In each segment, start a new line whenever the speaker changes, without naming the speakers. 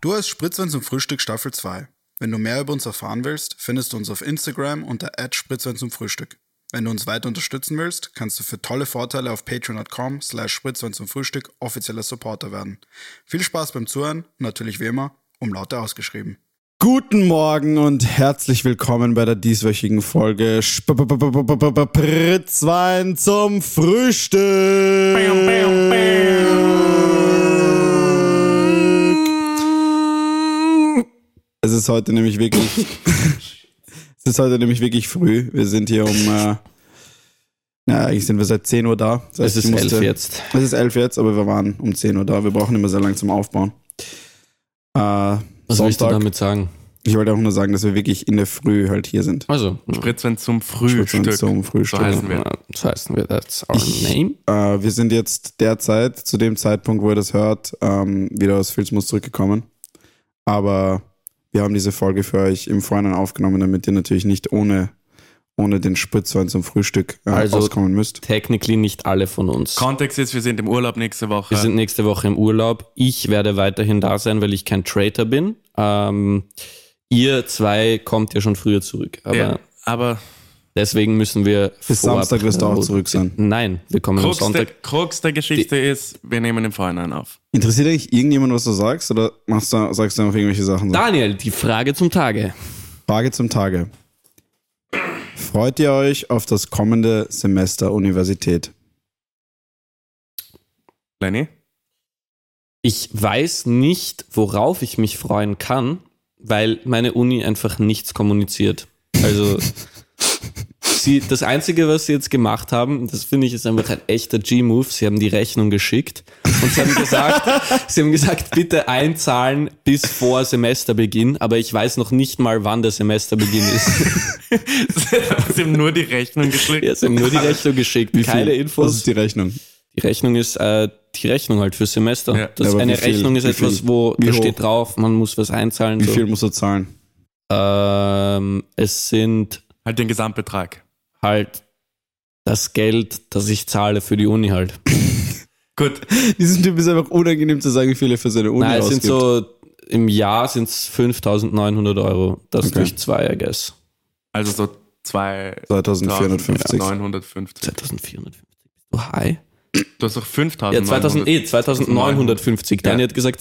Du hast Spritzwein zum Frühstück Staffel 2. Wenn du mehr über uns erfahren willst, findest du uns auf Instagram unter @spritzwein zum Frühstück. Wenn du uns weiter unterstützen willst, kannst du für tolle Vorteile auf patreon.com slash spritzwein zum Frühstück offizieller Supporter werden. Viel Spaß beim Zuhören, natürlich wie immer, um Laute ausgeschrieben.
Guten Morgen und herzlich willkommen bei der dieswöchigen Folge Spritzwein zum Frühstück. Es ist heute nämlich wirklich, es ist heute nämlich wirklich früh. Wir sind hier um, äh, na, eigentlich sind wir seit 10 Uhr da. Das heißt,
Es
ich
ist
musste-
11 jetzt.
Es ist 11 jetzt, aber wir waren um 10 Uhr da. Wir brauchen immer sehr lang zum Aufbauen. Äh,
Was willst du
Sonntag.
damit sagen?
Ich wollte auch nur sagen, dass wir wirklich in der Früh halt hier sind.
Also,
Spritzwein zum Frühstück.
Zum Frühstück.
So heißen wir.
das heißt, wir- that's our name.
Äh, wir sind jetzt derzeit, zu dem Zeitpunkt, wo ihr das hört, ähm, wieder aus Filzmus zurückgekommen. Aber wir haben diese Folge für euch im Vorhinein aufgenommen, damit ihr natürlich nicht ohne, ohne den Spritzwein zum Frühstück äh,
Also-
auskommen müsst.
Technically nicht alle von uns.
Kontext ist, wir sind im Urlaub nächste Woche.
wir sind nächste Woche im Urlaub. Ich werde weiterhin da sein, weil ich kein Traitor bin. Ähm, ihr zwei kommt ja schon früher zurück. Aber
ja, aber
deswegen müssen wir
Bis
vorab-
Samstag wirst du auch zurück sein.
Nein, wir kommen
Krux
am
der,
Sonntag.
Krux der Geschichte ist, wir nehmen im Vorhinein auf.
Interessiert eigentlich irgendjemand, was du sagst? Oder machst du, sagst du einfach irgendwelche Sachen? so?
Daniel, die Frage zum Tage.
Frage zum Tage. Freut ihr euch auf das kommende Semester Universität?
Lenny?
Ich weiß nicht, worauf ich mich freuen kann, weil meine Uni einfach nichts kommuniziert. Also, sie, das Einzige, was sie jetzt gemacht haben, das finde ich ist einfach ein echter G-Move. Sie haben die Rechnung geschickt und sie haben gesagt, sie haben gesagt, bitte einzahlen bis vor Semesterbeginn, aber ich weiß noch nicht mal, wann der Semesterbeginn ist.
Sie haben nur die Rechnung geschickt.
Ja, sie haben nur die Rechnung geschickt, keine
Das
Infos.
ist die Rechnung.
Die Rechnung ist äh, die Rechnung halt für Semester.
Ja.
Das
Aber wie
eine
viel?
Rechnung ist
Wie viel?
etwas, wo
Wie
da
hoch?
steht drauf, man muss was einzahlen.
Wie
so.
viel musst du zahlen?
Ähm, es sind
Halt den Gesamtbetrag.
halt das Geld, das ich zahle für die Uni halt.
Gut,
Diesem Typ ist einfach unangenehm zu sagen, wie viel er für seine Uni
Nein, es sind
ausgibt.
so, im Jahr sind es 5.900 Euro. Das
Okay.
durch zwei, I guess.
also so zwei
2450.
950.
2450. So high?
Du hast doch 5000.
Ja, 2000, eh, 2950. Dani hat gesagt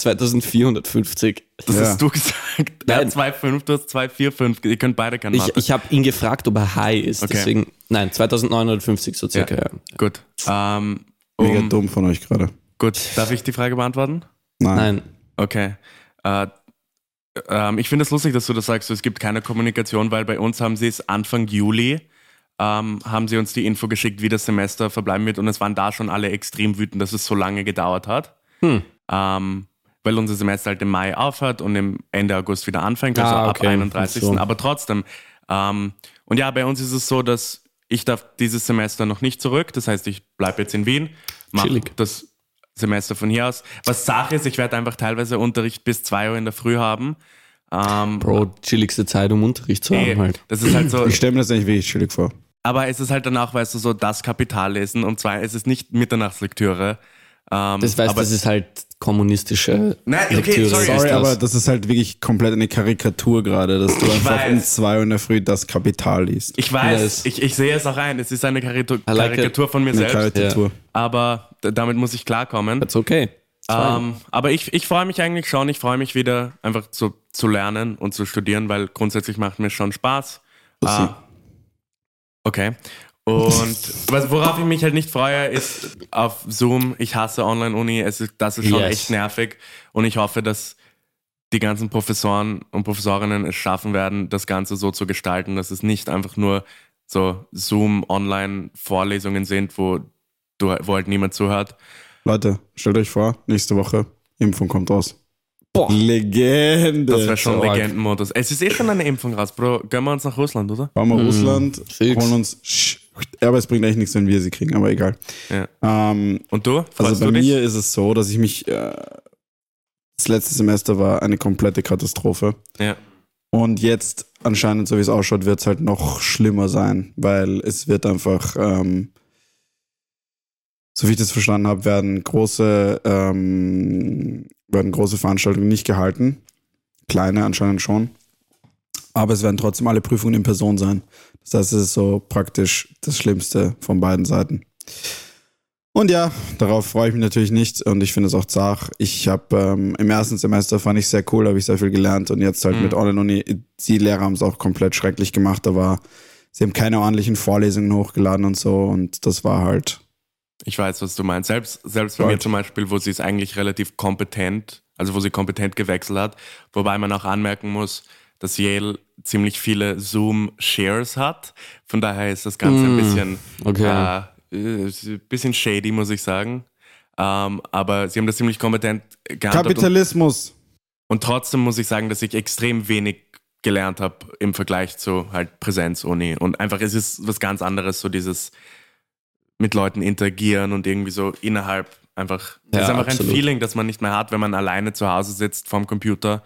2450.
Das
Ja.
hast du gesagt. Er
Nein.
hat 2,5, du hast 2,45. Ihr könnt beide keinen
Ich,
Mathe.
ich habe ihn gefragt, ob er high ist.
Okay.
Deswegen, nein, 2950 so circa. Ja.
Gut. Ähm,
Mega
um,
dumm von euch gerade.
gut, darf ich die Frage beantworten?
Nein.
Nein,
Okay. Äh, ähm, ich finde es lustig, dass du das sagst. so, Es gibt keine Kommunikation, weil bei uns haben sie es Anfang Juli, ähm, haben sie uns die Info geschickt, wie das Semester verbleiben wird. Und es waren da schon alle extrem wütend, dass es so lange gedauert hat.
Hm.
Ähm, weil unser Semester halt im Mai aufhört und im Ende August wieder anfängt, also
Ah, okay.
ab 31.
So.
Aber trotzdem. Ähm, und ja, bei uns ist es so, dass ich darf dieses Semester noch nicht zurück. Das heißt, ich bleibe jetzt in Wien, mache
Chillig.
das Semester von hier aus. Was Sache ist, ich werde einfach teilweise Unterricht bis 2 Uhr in der Früh haben. Ähm,
Bro, chilligste Zeit, um Unterricht zu
eh,
haben halt.
Das ist halt so.
Ich stelle mir das eigentlich wirklich schwierig vor.
Aber es ist halt danach, weißt du, so das Kapital lesen. Und zwar, es ist nicht Mitternachtslektüre. Ähm,
Das weißt,
aber
das ist halt kommunistische
Nein, okay,
Lektüre.
sorry.
ist
Sorry,
das.
aber das ist halt wirklich komplett eine Karikatur gerade, dass du einfach
weiß.
um zwei Uhr in der Früh das Kapital liest.
ich weiß,
Yes.
ich, ich sehe es auch ein. Es ist eine Karikatur,
I like it.
Karikatur von mir
eine
selbst.
Karikatur.
Aber d- damit muss ich klarkommen.
That's okay.
Ähm, aber ich, ich freue mich eigentlich schon. Ich freue mich wieder einfach zu, zu lernen und zu studieren, weil grundsätzlich macht mir schon Spaß. Ah, okay. Und was, worauf ich mich halt nicht freue, ist auf Zoom. Ich hasse Online-Uni. Es ist, das ist schon
Yes.
echt nervig. Und ich hoffe, dass die ganzen Professoren und Professorinnen es schaffen werden, das Ganze so zu gestalten, dass es nicht einfach nur so Zoom-Online-Vorlesungen sind, wo, du, wo halt niemand zuhört.
Leute, stellt euch vor, nächste Woche, Impfung kommt raus.
Boah.
Legende.
Das wäre schon
Äh, so arg.
Legendenmodus. Es ist eh schon eine Impfung raus, Bro. Gönnen wir uns nach Russland, oder?
Fahren wir Russland,
Mhm. fix.
holen uns. Ja, aber es bringt eigentlich nichts, wenn wir sie kriegen, aber egal.
Ja.
Ähm,
Und du? Freust
also
du
bei
dich?
mir ist es so, dass ich mich. Äh, das letzte Semester war eine komplette Katastrophe.
Ja.
Und jetzt, anscheinend, so wie es ausschaut, wird es halt noch schlimmer sein, weil es wird einfach, ähm, so wie ich das verstanden habe, werden große ähm, werden große Veranstaltungen nicht gehalten. Kleine anscheinend schon. Aber es werden trotzdem alle Prüfungen in Person sein. Das heißt, es ist so praktisch das Schlimmste von beiden Seiten. Und ja, darauf freue ich mich natürlich nicht und ich finde es auch zart. Ich habe ähm, im ersten Semester fand ich sehr cool, habe ich sehr viel gelernt und jetzt halt
Mhm.
mit Online-Uni, die Lehrer haben es auch komplett schrecklich gemacht, aber sie haben keine ordentlichen Vorlesungen hochgeladen und so und das war halt,
Ich weiß, was du meinst. Selbst, selbst bei
Right.
mir zum Beispiel, wo sie es eigentlich relativ kompetent, also wo sie kompetent gewechselt hat, wobei man auch anmerken muss, dass Yale ziemlich viele Zoom-Shares hat. Von daher ist das Ganze ein
Mm,
bisschen,
okay.
äh, äh, bisschen shady, muss ich sagen. Ähm, aber sie haben das ziemlich kompetent gehandhabt. Und,
Kapitalismus.
und trotzdem muss ich sagen, dass ich extrem wenig gelernt habe im Vergleich zu halt Präsenzuni. Und einfach, es ist was ganz anderes, so dieses mit Leuten interagieren und irgendwie so innerhalb einfach. Es
Ja,
ist einfach
absolut.
ein Feeling, das man nicht mehr hat, wenn man alleine zu Hause sitzt vorm Computer.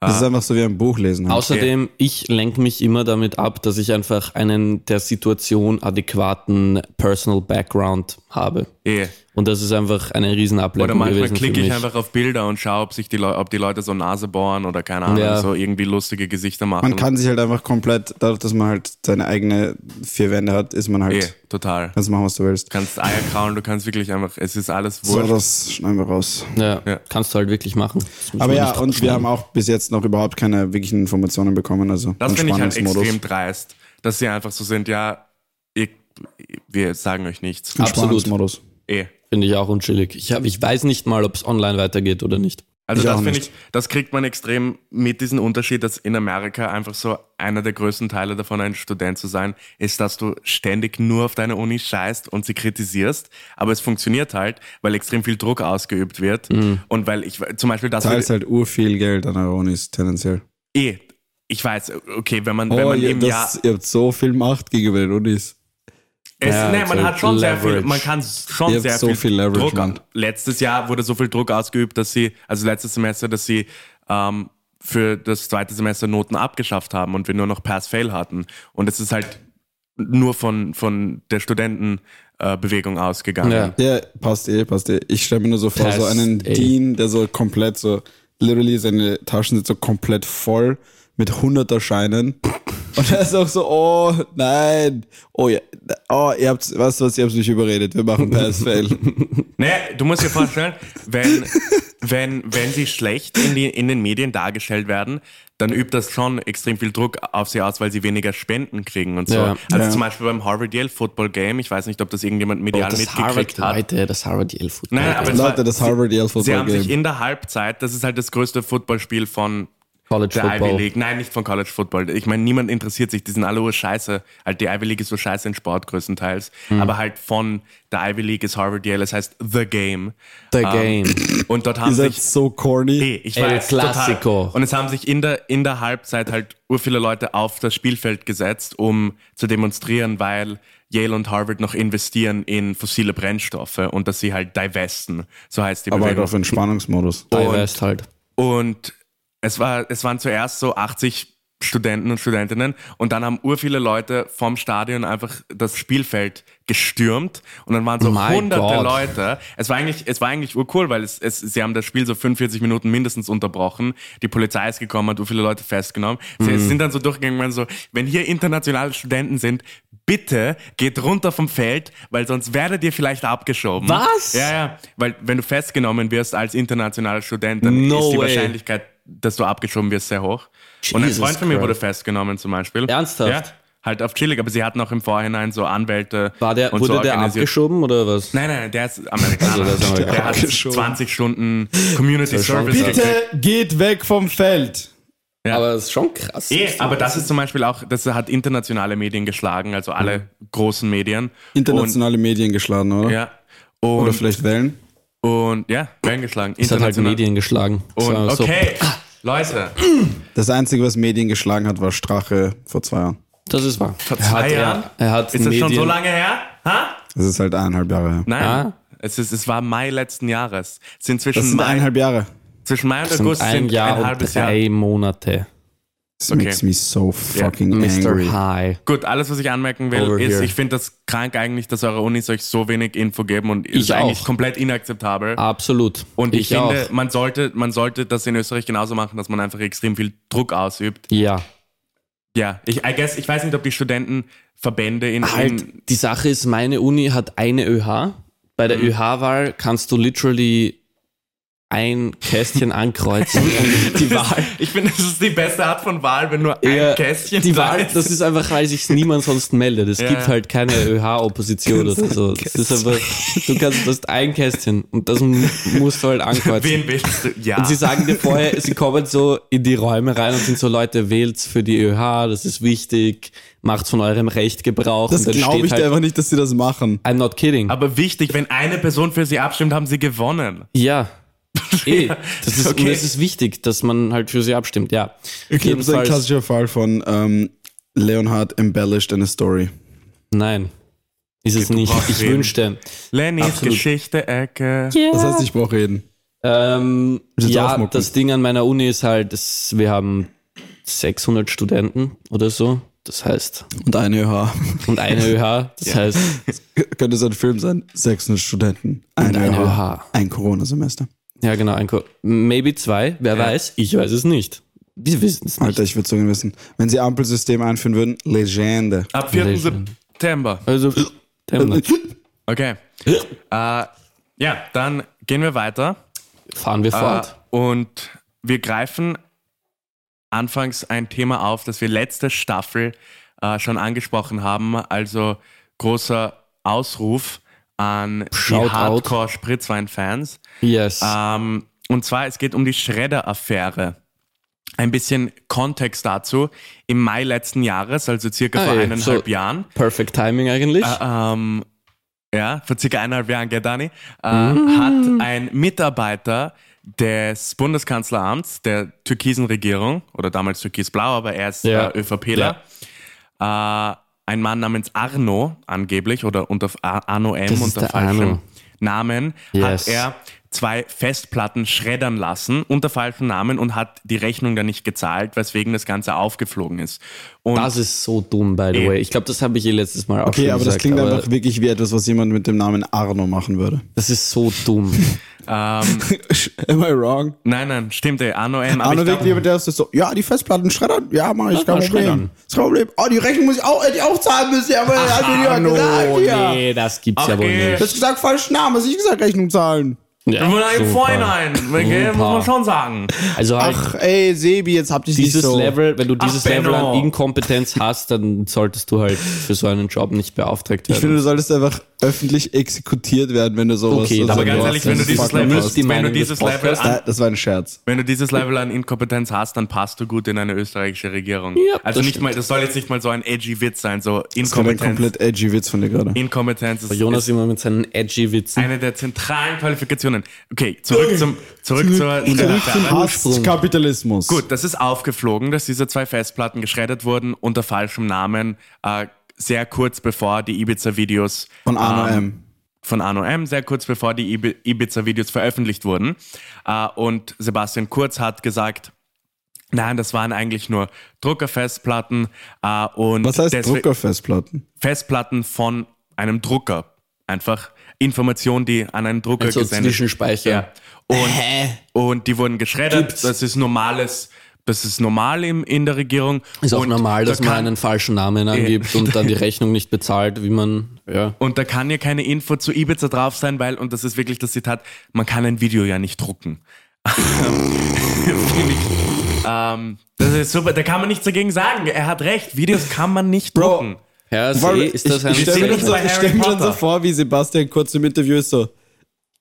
Das
Ah.
ist einfach so wie ein Buch lesen. Halt.
Außerdem, ich lenke mich immer damit ab, dass ich einfach einen der Situation adäquaten Personal Background habe.
Eh.
Und das ist einfach eine riesen
Oder
Ablenkung
manchmal
gewesen
klicke
für
ich
mich.
einfach auf Bilder und schaue, ob, sich die Leu ob die Leute so Nase bohren oder keine Ahnung,
Ja.
so irgendwie lustige Gesichter machen.
Man kann sich halt einfach komplett, dadurch, dass man halt seine eigene vier Wände hat, ist man
eh,
halt,
total. Du
kannst machen, was du willst.
kannst Eier kauen, du kannst wirklich einfach, es ist alles
So,
wurscht.
das schneiden wir raus.
ja,
Ja.
kannst du halt wirklich machen. Das muss
Aber
man
ja,
nicht
und wir haben auch bis jetzt noch überhaupt keine wirklichen Informationen bekommen. Also
Das finde ich halt
Entspannungsmodus.
extrem dreist, dass sie einfach so sind, ja, ich, wir sagen euch nichts.
Absolut.
Entspannungsmodus.
Eh.
Finde ich auch unschillig. Ich, hab, ich weiß nicht mal, ob es online weitergeht oder nicht.
Also
Ich
das
auch
finde
nicht.
ich, das kriegt man extrem mit diesem Unterschied, dass in Amerika einfach so einer der größten Teile davon, ein Student zu sein, ist, dass du ständig nur auf deine Uni scheißt und sie kritisierst. Aber es funktioniert halt, weil extrem viel Druck ausgeübt wird.
Mhm.
Und weil ich zum Beispiel das
Zahlst halt urviel Geld an der Unis tendenziell.
eh, ich weiß, okay, wenn man, wenn man
Oh, ihr,
eben ja.
das, ihr habt so viel Macht gegenüber den Unis.
Es,
Ja,
nee, man
so
hat schon sehr viel,
Leverage.
man kann schon
Ihr habt
sehr
so
viel,
viel Leverage,
Druck.
Mann.
Letztes Jahr wurde so viel Druck ausgeübt, dass sie, also letztes Semester, dass sie ähm, für das zweite Semester Noten abgeschafft haben und wir nur noch Pass-Fail hatten. Und es ist halt nur von, von der Studentenbewegung äh, Bewegung ausgegangen.
Ja.
Ja, passt eh, passt eh. Ich stelle mir nur so vor, so
Passt
einen
eh.
Dean, der so komplett so, literally seine Taschen sind so komplett voll mit hunderter Scheinen. Und er ist auch so, oh nein, oh ja, oh, ihr habt, weißt du was, ihr habt mich überredet, wir machen Pass-Fail.
Naja, Ne, du musst dir vorstellen, wenn, wenn, wenn sie schlecht in, die, in den Medien dargestellt werden, dann übt das schon extrem viel Druck auf sie aus, weil sie weniger Spenden kriegen und so.
Ja.
also
Ja.
zum Beispiel beim Harvard Yale Football Game, ich weiß nicht, ob das irgendjemand medial
das Harvard,
mitgekriegt hat.
Leute, das Harvard Yale Football.
Nein, aber es war-
Leute, das Harvard Yale
Sie
Football
haben sich
Game.
in der Halbzeit, das ist halt das größte Footballspiel von
College
der Ivy
Football.
League. Nein, nicht von College Football. Ich meine, niemand interessiert sich. Die sind alle scheiße. Halt, die Ivy League ist so scheiße in Sport größtenteils.
Hm.
Aber halt von der Ivy League ist Harvard Yale. Das heißt The Game.
The
Ähm,
Game.
Und dort haben
Ihr seid
sich
so corny.
Eh, ich
El
weiß, total.
Clasico.
Und es haben sich in der, in der Halbzeit halt ur viele Leute auf das Spielfeld gesetzt, um zu demonstrieren, weil Yale und Harvard noch investieren in fossile Brennstoffe und dass sie halt divesten. So heißt die
Aber halt
Bewegung.
auf Entspannungsmodus.
Ich weiß halt.
Und es, war, es waren zuerst so 80 Studenten und Studentinnen und dann haben ur viele Leute vom Stadion einfach das Spielfeld gestürmt und dann waren so
Mein
hunderte
Gott.
Leute. Es war eigentlich, es war eigentlich urcool, weil es, es, sie haben das Spiel so 45 Minuten mindestens unterbrochen. Die Polizei ist gekommen, hat ur viele Leute festgenommen. Sie sind dann so durchgegangen, waren so, wenn hier internationale Studenten sind, bitte geht runter vom Feld, weil sonst werdet ihr vielleicht abgeschoben.
Was?
Ja, ja, weil wenn du festgenommen wirst als internationaler Student, dann
No
ist die
way.
Wahrscheinlichkeit, dass du abgeschoben wirst, sehr hoch. und ein
Jesus
Freund von mir
Christ.
wurde festgenommen zum Beispiel.
Ernsthaft?
Ja, halt auf chillig, aber sie hatten auch im Vorhinein so Anwälte.
War der,
und
wurde
so
der
organisiert.
abgeschoben oder was?
Nein, nein, der ist Amerikaner.
Also, der ist Amerikaner.
Der hat
Abgeschoben.
20 Stunden Community Service gekriegt.
Bitte geht weg vom Feld.
Aber es ist schon krass.
Eh, aber das ist zum Beispiel auch, das hat internationale Medien geschlagen, also alle
Mhm.
großen Medien.
Internationale Medien geschlagen, oder?
Und, ja.
Oder
Und,
vielleicht Wellen?
und ja, werden geschlagen.
Es hat halt
International.
Medien Ah. geschlagen. Es
Und,
war so-
okay, Leute.
Das Einzige, was Medien geschlagen hat, war Strache vor zwei Jahren.
Das ist wahr.
Vor zwei
er,
Jahren?
Er, er hat
Ist das
Medien,
schon so lange her? Ha?
Das ist halt eineinhalb Jahre her.
Nein.
Ah.
Es, ist, es war Mai letzten Jahres. Es sind
Das
zwischen
sind
Mai,
eineinhalb Jahre.
zwischen Mai und
sind
August
ein
sind
Jahr
ein
und
halbes
drei
Jahr.
Monate.
This
Okay.
makes me so fucking angry.
Mr. High.
Gut, alles, was ich anmerken will,
Over
ist,
here.
ich finde das krank eigentlich, dass eure Unis euch so wenig Info geben und ist
Ich
eigentlich
auch.
komplett inakzeptabel.
Absolut.
und ich,
auch.
finde, man sollte, man sollte das in Österreich genauso machen, dass man einfach extrem viel Druck ausübt.
Ja.
Ja, ich, I guess, ich weiß nicht, ob die Studentenverbände in, in
Halt, die Sache ist, meine Uni hat eine ÖH. Bei
Mhm.
der ÖH-Wahl kannst du literally ein Kästchen ankreuzen und die Wahl.
Ich finde, das ist die beste Art von Wahl, wenn nur ein
Ja,
Kästchen
die
da
Wahl,
ist.
das ist einfach, weil sich niemand sonst meldet. Es
Ja,
gibt
ja.
halt keine ÖH-Opposition oder so. Das ist einfach, du kannst, du hast ein Kästchen und das mu- musst du halt ankreuzen.
Wen willst du? Ja.
Und sie sagen dir vorher, sie kommen so in die Räume rein und sind so, Leute, wählt's für die ÖH, das ist wichtig, macht's von eurem Recht Gebrauch.
Das
und dann
glaube
steht halt,
ich dir einfach nicht, dass sie das machen.
I'm not kidding.
Aber wichtig, wenn eine Person für sie abstimmt, haben sie gewonnen.
Ja. Eh, das ist,
okay.
und es ist wichtig, dass man halt für sie abstimmt, ja.
Ich glaube, das ist ein
Jedenfalls-
klassischer Fall von ähm, Leonhard embellished in a story.
Nein, ist es nicht.
brauchst
Ich
reden.
wünschte.
Lennys
Absolut.
Geschichte, Ecke.
Das heißt, ich brauche reden.
Ähm,
jetzt
ja,
aufmucken.
das Ding an meiner Uni ist halt, dass wir haben 600 Studenten oder so. Das heißt,
Und eine ÖH.
und eine ÖH, das heißt,
Könnte so ein Film sein. 600 Studenten. Eine,
eine
ÖH.
ÖH.
Ein Corona-Semester.
ja genau, ein Ko maybe zwei, wer weiß, ich weiß es nicht. Wir wissen es nicht.
Alter, ich würde so gerne wissen. Wenn sie Ampelsystem einführen würden, Legende.
Ab 4.
Relation.
September.
Also, Dämmer.
Okay. äh, ja, dann gehen wir weiter.
fahren wir
Ah.
Äh,
fort.
und wir greifen anfangs ein Thema auf, das wir letzte Staffel äh, schon angesprochen haben. Also großer Ausruf an die
Shoutout.
Hardcore-Spritzwein-Fans.
Yes.
Ah.
Ähm, und zwar, es geht um die Schredder-Affäre. Ein bisschen Kontext dazu. Im Mai letzten Jahres, also circa
Ah,
vor
ja,
eineinhalb
so-
Jahren,
Perfect Timing eigentlich.
Ah,
ähm, ja, vor circa eineinhalb Jahren, gell, Dani, äh,
Mhm.
hat ein Mitarbeiter des Bundeskanzleramts der türkisen Regierung, oder damals türkis-blau, aber er ist
Ja.
äh, ÖVPler, äh, ein Mann namens Arno angeblich, oder unter Ar- Arno M.
Das ist
unter
der
falschem
Arno.
Namen,
Yes.
hat er zwei Festplatten schreddern lassen unter falschem Namen und hat die Rechnung dann nicht gezahlt, weswegen das Ganze aufgeflogen ist. Und
Das ist so dumm, by the
Eh.
way. Ich glaube, das habe ich ihr letztes Mal auch
Okay,
schon
aber
gesagt.
das klingt einfach wirklich wie etwas, was jemand mit dem Namen Arno machen würde.
Das ist so dumm.
ähm,
Am I wrong?
nein, nein, stimmt, ey, Arno M. aber
Arno
ich
wirkt
glaub-
jemand, der ist so, ja, die Festplatten schreddern. Ja, mach ich, kein Problem.
schreddern.
Ist kein Problem. Oh, die Rechnung muss ich auch, hätte ich auch zahlen müssen, aber hat mir jemand also, gesagt, ja.
Ah, nee, das gibt's ja
Ach,
wohl
eh.
nicht.
Du hast gesagt, falschen Namen, hast ich gesagt, Rechnung zahlen.
Ja,
Wenn man einen
super.
Vorhinein, okay, muss man
Super.
schon sagen.
Also halt
Ach, ey, Sebi, jetzt habt ihr
dieses
nicht so.
Level, wenn du dieses
Ach,
Level
Benno.
an Inkompetenz hast, dann solltest du halt für so einen Job nicht beauftragt
Ich finde,
werden.
du solltest einfach öffentlich exekutiert werden, wenn du sowas
Okay,
so
aber
so
Ganz
Du
ehrlich,
hast
wenn du
das
dieses
fucking
Level,
Haus. Die
wenn du
Meinung des
dieses Level
Podcasts.
an,
Nein, Äh, das war ein Scherz.
wenn du dieses Level an Inkompetenz hast, dann passt du gut in eine österreichische Regierung.
Ja,
also
das
nicht
stimmt.
mal, das soll jetzt nicht mal so ein edgy Witz sein, so
Das war ein
Inkompetenz.
komplett edgy Witz von dir gerade.
Inkompetenz ist,
Jonas
ist
immer mit seinen edgy Witzen.
eine der zentralen Qualifikationen. Okay, zurück zum zurück zur Schredderferne.
Ursprung.
Kapitalismus.
Gut, das ist aufgeflogen, dass diese zwei Festplatten geschreddert wurden unter falschem Namen, äh, sehr kurz bevor die Ibiza-Videos
Von Arno
Ähm,
M.
von Arno M., sehr kurz bevor die Ibi- Ibiza-Videos veröffentlicht wurden. Äh, Und Sebastian Kurz hat gesagt, nein, das waren eigentlich nur Druckerfestplatten äh, und
Was heißt
deswe-
Druckerfestplatten?
Festplatten von einem Drucker. Einfach Informationen, die an einen Drucker
So
gesendet
Zwischenspeicher. Äh,
ja. Und, und die wurden geschreddert.
Gibt's?
Das ist normales, das ist normal im, in der Regierung.
Ist auch
und
normal,
da
dass man
kann-
einen falschen Namen angibt und dann die Rechnung nicht bezahlt, wie man. Ja.
Und da kann ja keine Info zu Ibiza drauf sein, weil, und das ist wirklich das Zitat, man kann ein Video ja nicht drucken. Finde ich, ähm, das ist super, da kann man nichts dagegen sagen. Er hat recht, Videos kann man nicht drucken.
Ja,
Vor allem,
see, ist das ein
ich, ich stelle
sind
mir,
nicht
so,
bei
ich
Harry
stell mir schon so
Potter.
vor, wie Sebastian kurz im Interview ist so.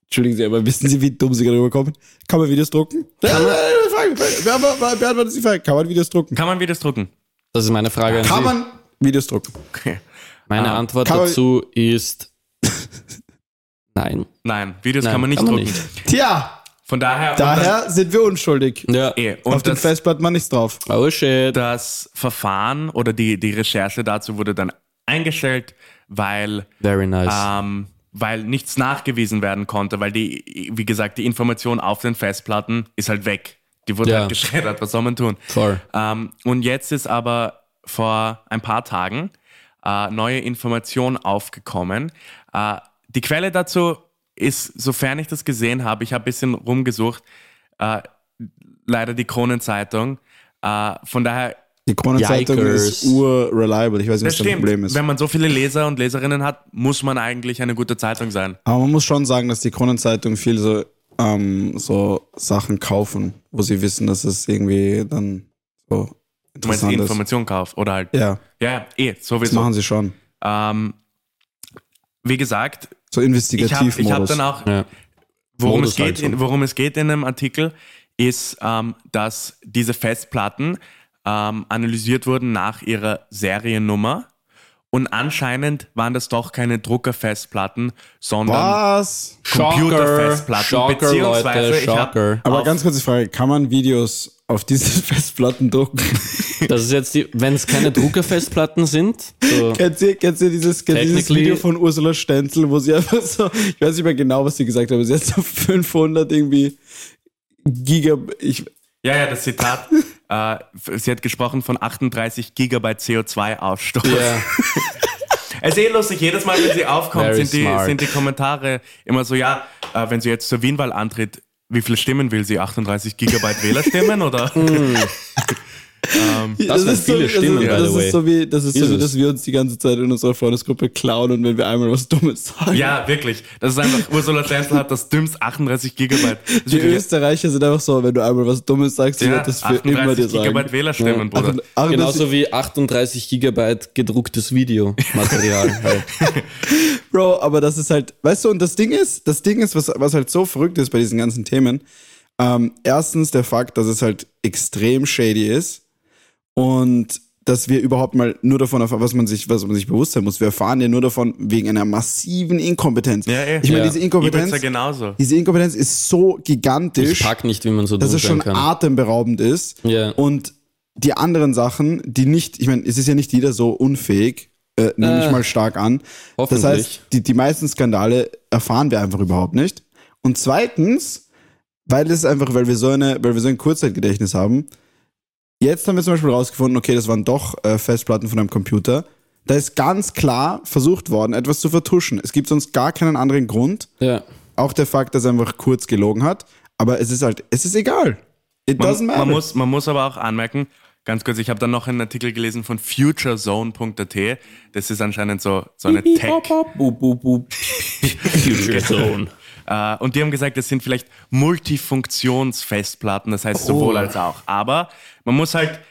Entschuldigen Sie, aber wissen Sie, wie dumm Sie gerade rüberkommen? Kann man Videos drucken? Kann man, wer, wer, wer beantwortet die Frage? Kann man Videos drucken?
Kann man Videos drucken?
Das ist meine Frage an
Kann
Sie.
man Videos drucken?
Meine
Ah,
Antwort
kann man-
dazu ist nein.
Nein, Videos
Nein,
kann man nicht
kann man
drucken.
nicht.
Tja,
Von daher, und
daher sind wir unschuldig.
Ja.
das, eh,
Auf
und
dem
das,
Festblatt man nichts drauf.
Oh shit.
das Verfahren oder die, die Recherche dazu wurde dann eingestellt, weil
Very nice.
ähm, weil nichts nachgewiesen werden konnte, weil die, wie gesagt, die Information auf den Festplatten ist halt weg. Die wurde
Ja.
halt geschreddert, was soll man tun?
Voll.
Ähm, und jetzt ist aber vor ein paar Tagen äh, neue Information aufgekommen. Äh, die Quelle dazu ist, sofern ich das gesehen habe, ich habe ein bisschen rumgesucht, äh, leider die Kronenzeitung. Äh, von daher,
Die Kronenzeitung
Yikers.
ist urreliable. Ich weiß nicht,
das
was das
stimmt.
Problem ist.
Wenn man so viele Leser und Leserinnen hat, muss man eigentlich eine gute Zeitung sein.
Aber man muss schon sagen, dass die Kronenzeitung viel so, ähm, so Sachen kaufen, wo sie wissen, dass es irgendwie dann so
Du meinst die
interessant ist.
Information kauft oder halt.
Ja,
Ja, ja eh,
das
sowieso.
machen sie schon.
Ähm, wie gesagt,
So
ich habe ich hab
Investigativmodus.
dann auch
Ja.
Worum
Modus
es, geht,
halt so.
in, worum es geht in einem Artikel, ist, ähm, dass diese Festplatten ähm, analysiert wurden nach ihrer Seriennummer. Und anscheinend waren das doch keine Druckerfestplatten, sondern
Was?
Computerfestplatten.
Schocker,
beziehungsweise
Leute,
ich hab-
Schocker.
Aber
Auf-
ganz kurze Frage, kann man Videos auf diese Festplatten drucken?
Das ist jetzt die, wenn es keine Druckerfestplatten sind, so,
kennt, ihr, kennt ihr dieses, kennt ihr dieses
Technically-
Video von Ursula Stenzel, wo sie einfach so, ich weiß nicht mehr genau, was sie gesagt hat, aber sie hat so 500 irgendwie Gigab... Ich,
Ja, ja, das Zitat. äh, f- sie hat gesprochen von 38 Gigabyte CO2-Ausstoß.
ja,
Es ist eh lustig, jedes Mal, wenn sie aufkommt,
Very
sind die,
smart.
sind die Kommentare immer so, ja, äh, wenn sie jetzt zur Wienwahl antritt, wie viele Stimmen will sie? 38 Gigabyte Wählerstimmen oder?
Mm.
Das sind
so,
viele
das, ist-
Stimmen, by the
das
way.
ist so wie, das ist so wie,
Jesus.
dass wir uns die ganze Zeit in unserer Freundesgruppe klauen und wenn wir einmal was Dummes sagen.
ja, wirklich. Das ist einfach, Ursula Stenzel hat das dümmste 38 Gigabyte. Das ist
Die
wirklich-
Österreicher sind einfach so, wenn du einmal was Dummes sagst, sie
ja,
wird das für immer dir
38 Gigabyte
sagen.
Wählerstimmen, Bruder.
Achtung- Achtung,
genauso wie 38 Gigabyte gedrucktes Videomaterial. halt.
Bro, aber das ist halt, weißt du, und das Ding ist, das Ding ist, was, was halt so verrückt ist bei diesen ganzen Themen. Ähm, erstens der Fakt, dass es halt extrem shady ist und dass wir überhaupt mal nur davon erfahren, was man sich, was man sich bewusst sein muss. Wir erfahren ja nur davon wegen einer massiven Inkompetenz.
Ja, eh.
Ich meine,
Ja.
diese Inkompetenz,
Ibiza genauso.
diese Inkompetenz ist so gigantisch.
Ich pack nicht, wie man so dumm
dass es
sein
schon
kann.
atemberaubend ist.
Ja.
Und die anderen Sachen, die nicht, ich meine, es ist ja nicht jeder so unfähig, äh, nehme ich mal stark an. Das
hoffentlich.
heißt, die, die meisten Skandale erfahren wir einfach überhaupt nicht. Und zweitens, weil es einfach, weil wir so eine, weil wir so ein Kurzzeitgedächtnis haben, jetzt haben wir zum Beispiel rausgefunden, okay, das waren doch äh, Festplatten von einem Computer. Da ist ganz klar versucht worden, etwas zu vertuschen. Es gibt sonst gar keinen anderen Grund,
ja.
auch der Fakt, dass er einfach kurz gelogen hat. Aber es ist halt, es ist egal. It doesn't
Man,
matter.
man, muss, man muss aber auch anmerken, ganz kurz, ich habe dann noch einen Artikel gelesen von futurezone.at. Das ist anscheinend so, so eine Tech.
Future Zone.
Äh, und die haben gesagt, das sind vielleicht Multifunktionsfestplatten, das heißt sowohl als auch. Aber man muss halt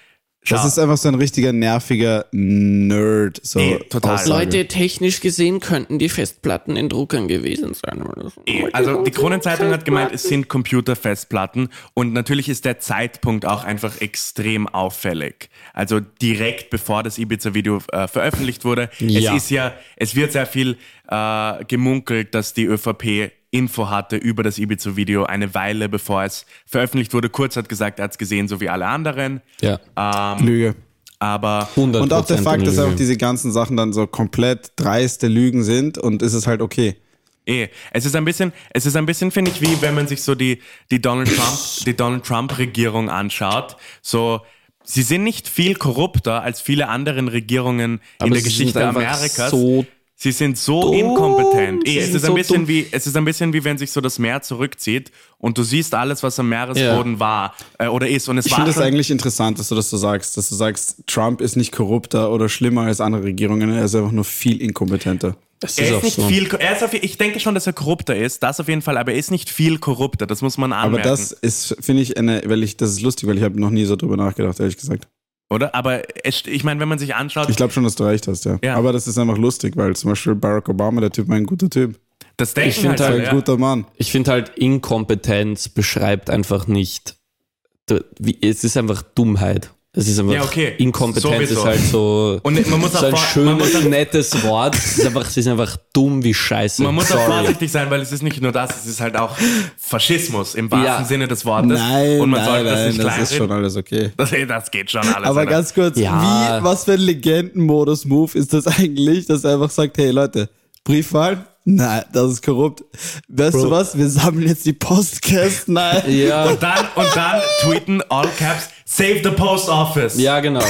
das
schauen.
ist einfach so ein richtiger nerviger Nerd. So
Eh, total.
Aussage.
Leute, technisch gesehen könnten die Festplatten in Druckern gewesen sein.
Eh, Also die Kronenzeitung hat gemeint, es sind Computerfestplatten und natürlich ist der Zeitpunkt auch einfach extrem auffällig. Also direkt bevor das Ibiza-Video äh, veröffentlicht wurde. Es
Ja.
ist ja, es wird sehr viel äh, gemunkelt, dass die ÖVP Info hatte über das Ibiza-Video eine Weile bevor es veröffentlicht wurde. Kurz hat gesagt, er hat es gesehen, so wie alle anderen. Ähm,
Ja.
Lüge.
Aber
100
Und auch der Fakt, dass
Lüge.
einfach diese ganzen Sachen dann so komplett dreiste Lügen sind und es ist halt okay.
Eh, es ist ein bisschen, es ist ein bisschen, finde ich, wie wenn man sich so die, die Donald Trump, die Donald Trump Regierung anschaut. So, sie sind nicht viel korrupter als viele anderen Regierungen in
Aber
der
sie sind
Geschichte
einfach
Amerikas.
so
sie sind so inkompetent. Eh,
Sie
es
sind
ist ein
so
bisschen
dumm.
wie, es ist ein bisschen wie wenn sich so das Meer zurückzieht und du siehst alles, was am Meeresboden war äh, oder ist. Und es
Ich
war
finde es
schon,
eigentlich interessant, dass du das so sagst, dass du sagst, Trump ist nicht korrupter oder schlimmer als andere Regierungen, er ist einfach nur viel inkompetenter.
Das
er
ist
ist,
auch
nicht
so.
viel, er ist auf, ich denke schon, dass er korrupter ist, das auf jeden Fall, aber er ist nicht viel korrupter, das muss man
Aber
anmerken.
das ist, finde ich, eine, weil ich, das ist lustig, weil ich habe noch nie so drüber nachgedacht, ehrlich gesagt.
oder? Aber es, ich meine, wenn man sich anschaut,
Ich glaube schon, dass du recht hast, ja.
Ja.
Aber das ist einfach lustig, weil zum Beispiel Barack Obama, der Typ war ein guter Typ.
das denken
Ich find
halt
halt
Ein
alle, ja.
guter Mann.
Ich finde halt, Inkompetenz beschreibt einfach nicht. d- Wie, es ist einfach Dummheit. Es ist einfach
Ja, okay.
Inkompetenz
Sowieso.
ist halt so.
Und man muss auch
so ein
vor- man muss
schönes,
auch-
nettes Wort. Es ist einfach, es ist einfach dumm wie Scheiße.
Man muss auch
Sorry.
vorsichtig sein, weil es ist nicht nur das, es ist halt auch Faschismus im wahrsten
Ja.
Sinne des Wortes.
Nein,
Und man
nein,
sollte
nein,
das nicht
das ist schon
kleinreden.
alles okay.
Das, das geht schon alles.
Aber
Alter.
ganz kurz,
Ja.
wie, was für ein Legendenmodus-Move ist das eigentlich, dass er einfach sagt, hey Leute, Briefwahl, Nein, das ist korrupt. Weißt du was? Wir sammeln jetzt die Postkästen ein.
Ja,
Und dann, und dann tweeten all caps, save the post office.
ja genau.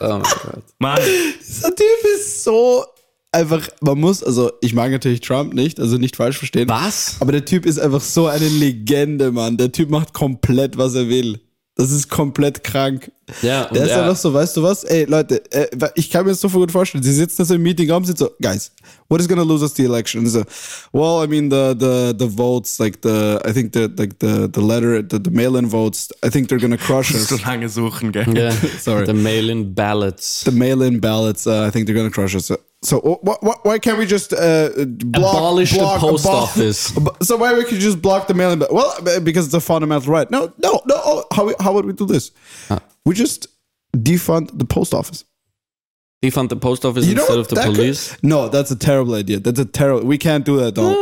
Oh mein Gott.
Mann,
Dieser Typ ist so einfach, man muss, also ich mag natürlich Trump nicht, also nicht falsch verstehen.
Was?
Aber der Typ ist einfach so eine Legende, Mann. Der Typ macht komplett, was er will. Das ist komplett krank.
Ja, und
Der ist
er-
einfach so, weißt du was? Ey, Leute, äh, ich kann mir das so gut vorstellen. Sie sitzen da so im Meetingraum, sind so, guys, what is gonna lose us the election? Und so, well, I mean, the, the, the votes, like the, I think the, like the, the letter, the, the mail-in votes, I think they're gonna crush us.
so lange suchen, gell?
Ja.
Sorry.
The Mail-in Ballots.
the mail-in ballots. Uh, I think they're going to crush us. So wh- wh- why can't we just uh, block,
Abolish the
block-
post office.
ab- So why we could just block the mail-in? ba- Well, b- because it's a fundamental right. No, no, no. Oh, how we- how would we do this? We just defund the post office.
Defund the Post Office
You know
instead
what?
of the
That could-
police.
no, that's a terrible idea. That's a terrible. We can't do that, though.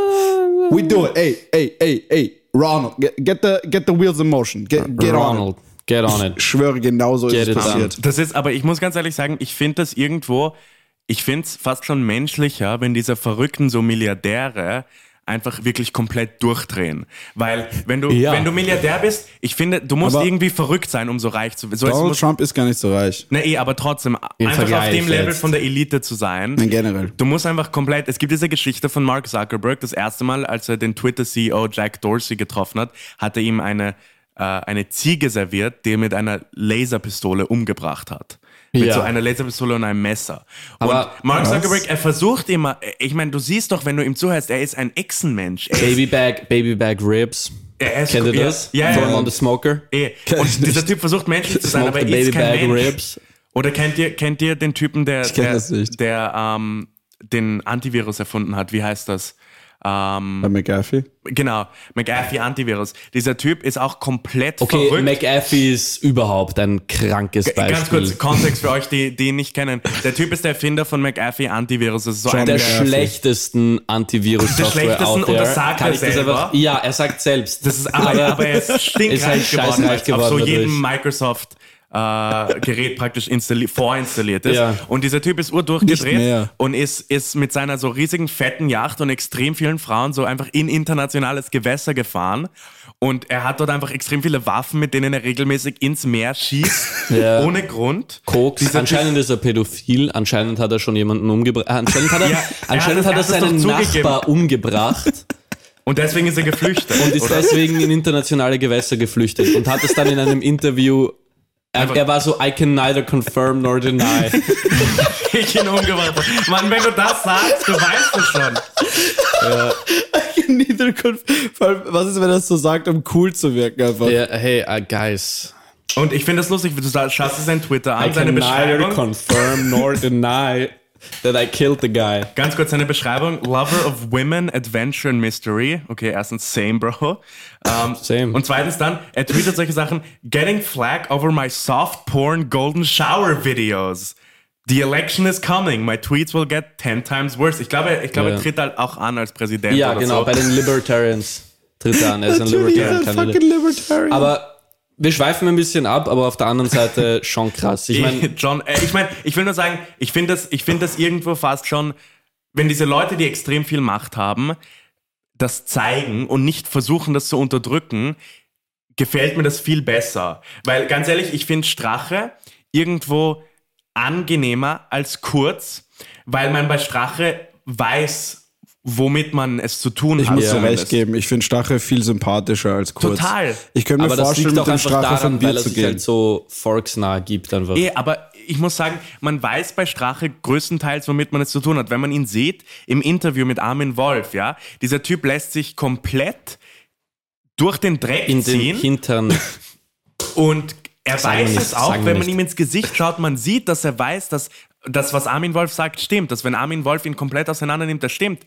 we do it. Hey, hey, hey, hey, Ronald, get, get the get the wheels in motion. Get get on. It.
Ronald, get on it.
Schwöre, genauso
Get
ist
it
es
done.
passiert.
Das ist, aber ich muss ganz ehrlich sagen, ich finde das irgendwo, ich finde es fast schon menschlicher, wenn diese verrückten so Milliardäre einfach wirklich komplett durchdrehen. Weil wenn du,
Ja.
wenn du Milliardär bist, ich finde, du musst
Aber-
irgendwie verrückt sein, um so reich zu so, es
Donald
muss,
Trump ist gar nicht so reich.
Ne, eh, aber trotzdem, einfach auf
Vergleich
dem Level
jetzt.
von der Elite zu sein.
Nein, generell.
Du musst einfach komplett, es gibt diese Geschichte von Mark Zuckerberg, das erste Mal, als er den Twitter-CEO Jack Dorsey getroffen hat, hat er ihm eine, äh, eine Ziege serviert, die er mit einer Laserpistole umgebracht hat. Mit
Ja.
so einer Laserpistole und einem Messer. Und
Aber-
Mark Zuckerberg, er versucht immer, ich meine, du siehst doch, wenn du ihm zuhörst, er ist ein Echsenmensch. Er ist,
Babybag, Babybag Ribs.
er ist,
Kennt ihr das?
Ja, ja,
From
ja,
on the Smoker.
eh. Und dieser Typ versucht menschlich zu sein,
Smoke
aber
the
er ist
Babybag
kein Mensch.
Ribs.
Oder kennt ihr, kennt ihr den Typen, der,
kenn
der,
das nicht.
der ähm, den Antivirus erfunden hat? Wie heißt das? Ähm,
Bei McAfee.
genau, McAfee Antivirus. Dieser Typ ist auch komplett
Okay,
verrückt.
McAfee ist überhaupt ein krankes Beispiel.
Ganz kurz Kontext für euch, die, die ihn nicht kennen. Der Typ ist der Erfinder von McAfee Antivirus. Das ist so ein
der
der,
schlechtesten Antivirus-Software
schlechtesten
out
und
there.
das sagt
Kann
er
ich das
selber?
einfach, ja, er sagt selbst. Äh,
das ist, aber, aber er ist
Ist halt
stinkreich geworden, weil
scheißreich
es auf so
geworden
jedem Microsoft äh, Gerät praktisch installi vorinstalliert ist.
Ja.
Und dieser Typ ist urdurchgedreht
mehr.
und ist, ist mit seiner so riesigen fetten Yacht und extrem vielen Frauen so einfach in internationales Gewässer gefahren. Und er hat dort einfach extrem viele Waffen, mit denen er regelmäßig ins Meer schießt,
Ja.
ohne Grund.
Koks.
Dieser Typ-
anscheinend ist er pädophil, anscheinend hat er schon jemanden umgebracht. Anscheinend hat er,
Ja,
anscheinend
er
hat
hat
er
es- er hat es
seinen
doch zugegeben.
Nachbar umgebracht
Und deswegen ist er geflüchtet.
und ist
oder?
deswegen in internationale Gewässer geflüchtet und hat es dann in einem Interview. Er, er war so, I can neither confirm nor deny.
ich ihn umgebracht. habe. Mann, wenn du das sagst, du weißt es schon.
Neither conf- Vor allem, Was ist, wenn er das so sagt, um cool zu wirken einfach?
Ja, hey, uh, guys.
Und ich finde es lustig, du sa- schaust dir sein Twitter an, seine Beschreibung.
confirm nor deny that I killed the guy.
Ganz kurz seine Beschreibung. Lover of women, adventure and mystery. Okay, erstens, same, bro. Ähm,
Same.
Und zweitens dann, er tweetet solche Sachen. Getting flack over my soft porn golden shower videos. The election is coming. My tweets will get 10 times worse. Ich glaube, ich glaube
Ja.
er tritt halt auch an als Präsident.
Ja,
oder
genau,
so.
bei den Libertarians tritt er an. Er ist ein Libertarian Kandidat.
Libertarian.
Aber wir schweifen ein bisschen ab, aber auf der anderen Seite schon krass. Ich meine,
John, äh, ich meine, ich will nur sagen, ich finde das, ich finde das irgendwo fast schon, wenn diese Leute, die extrem viel Macht haben, das zeigen und nicht versuchen, das zu unterdrücken, gefällt mir das viel besser. Weil ganz ehrlich, ich finde Strache irgendwo angenehmer als Kurz, weil man bei Strache weiß, womit man es zu tun
ich
hat.
muss dir
zumindest.
recht geben. Ich finde Stache viel sympathischer als Kurz.
Total.
Ich könnte mir
aber das
vorstellen,
liegt
mit
auch
dem
einfach
Strache von
daran, weil
dir
er
zu
sich
gehen.
halt so volksnah gibt einfach.
Eh, aber ich muss sagen, man weiß bei Strache größtenteils, womit man es zu tun hat. Wenn man ihn sieht im Interview mit Armin Wolf, ja, dieser Typ lässt sich komplett durch den Dreck
In den
ziehen
Hintern.
und er
Sagen wir
weiß
nicht,
es auch,
sagen wir
wenn man
nicht.
ihm ins Gesicht schaut, man sieht, dass er weiß, dass das, was Armin Wolf sagt, stimmt. Dass wenn Armin Wolf ihn komplett auseinander nimmt, das stimmt.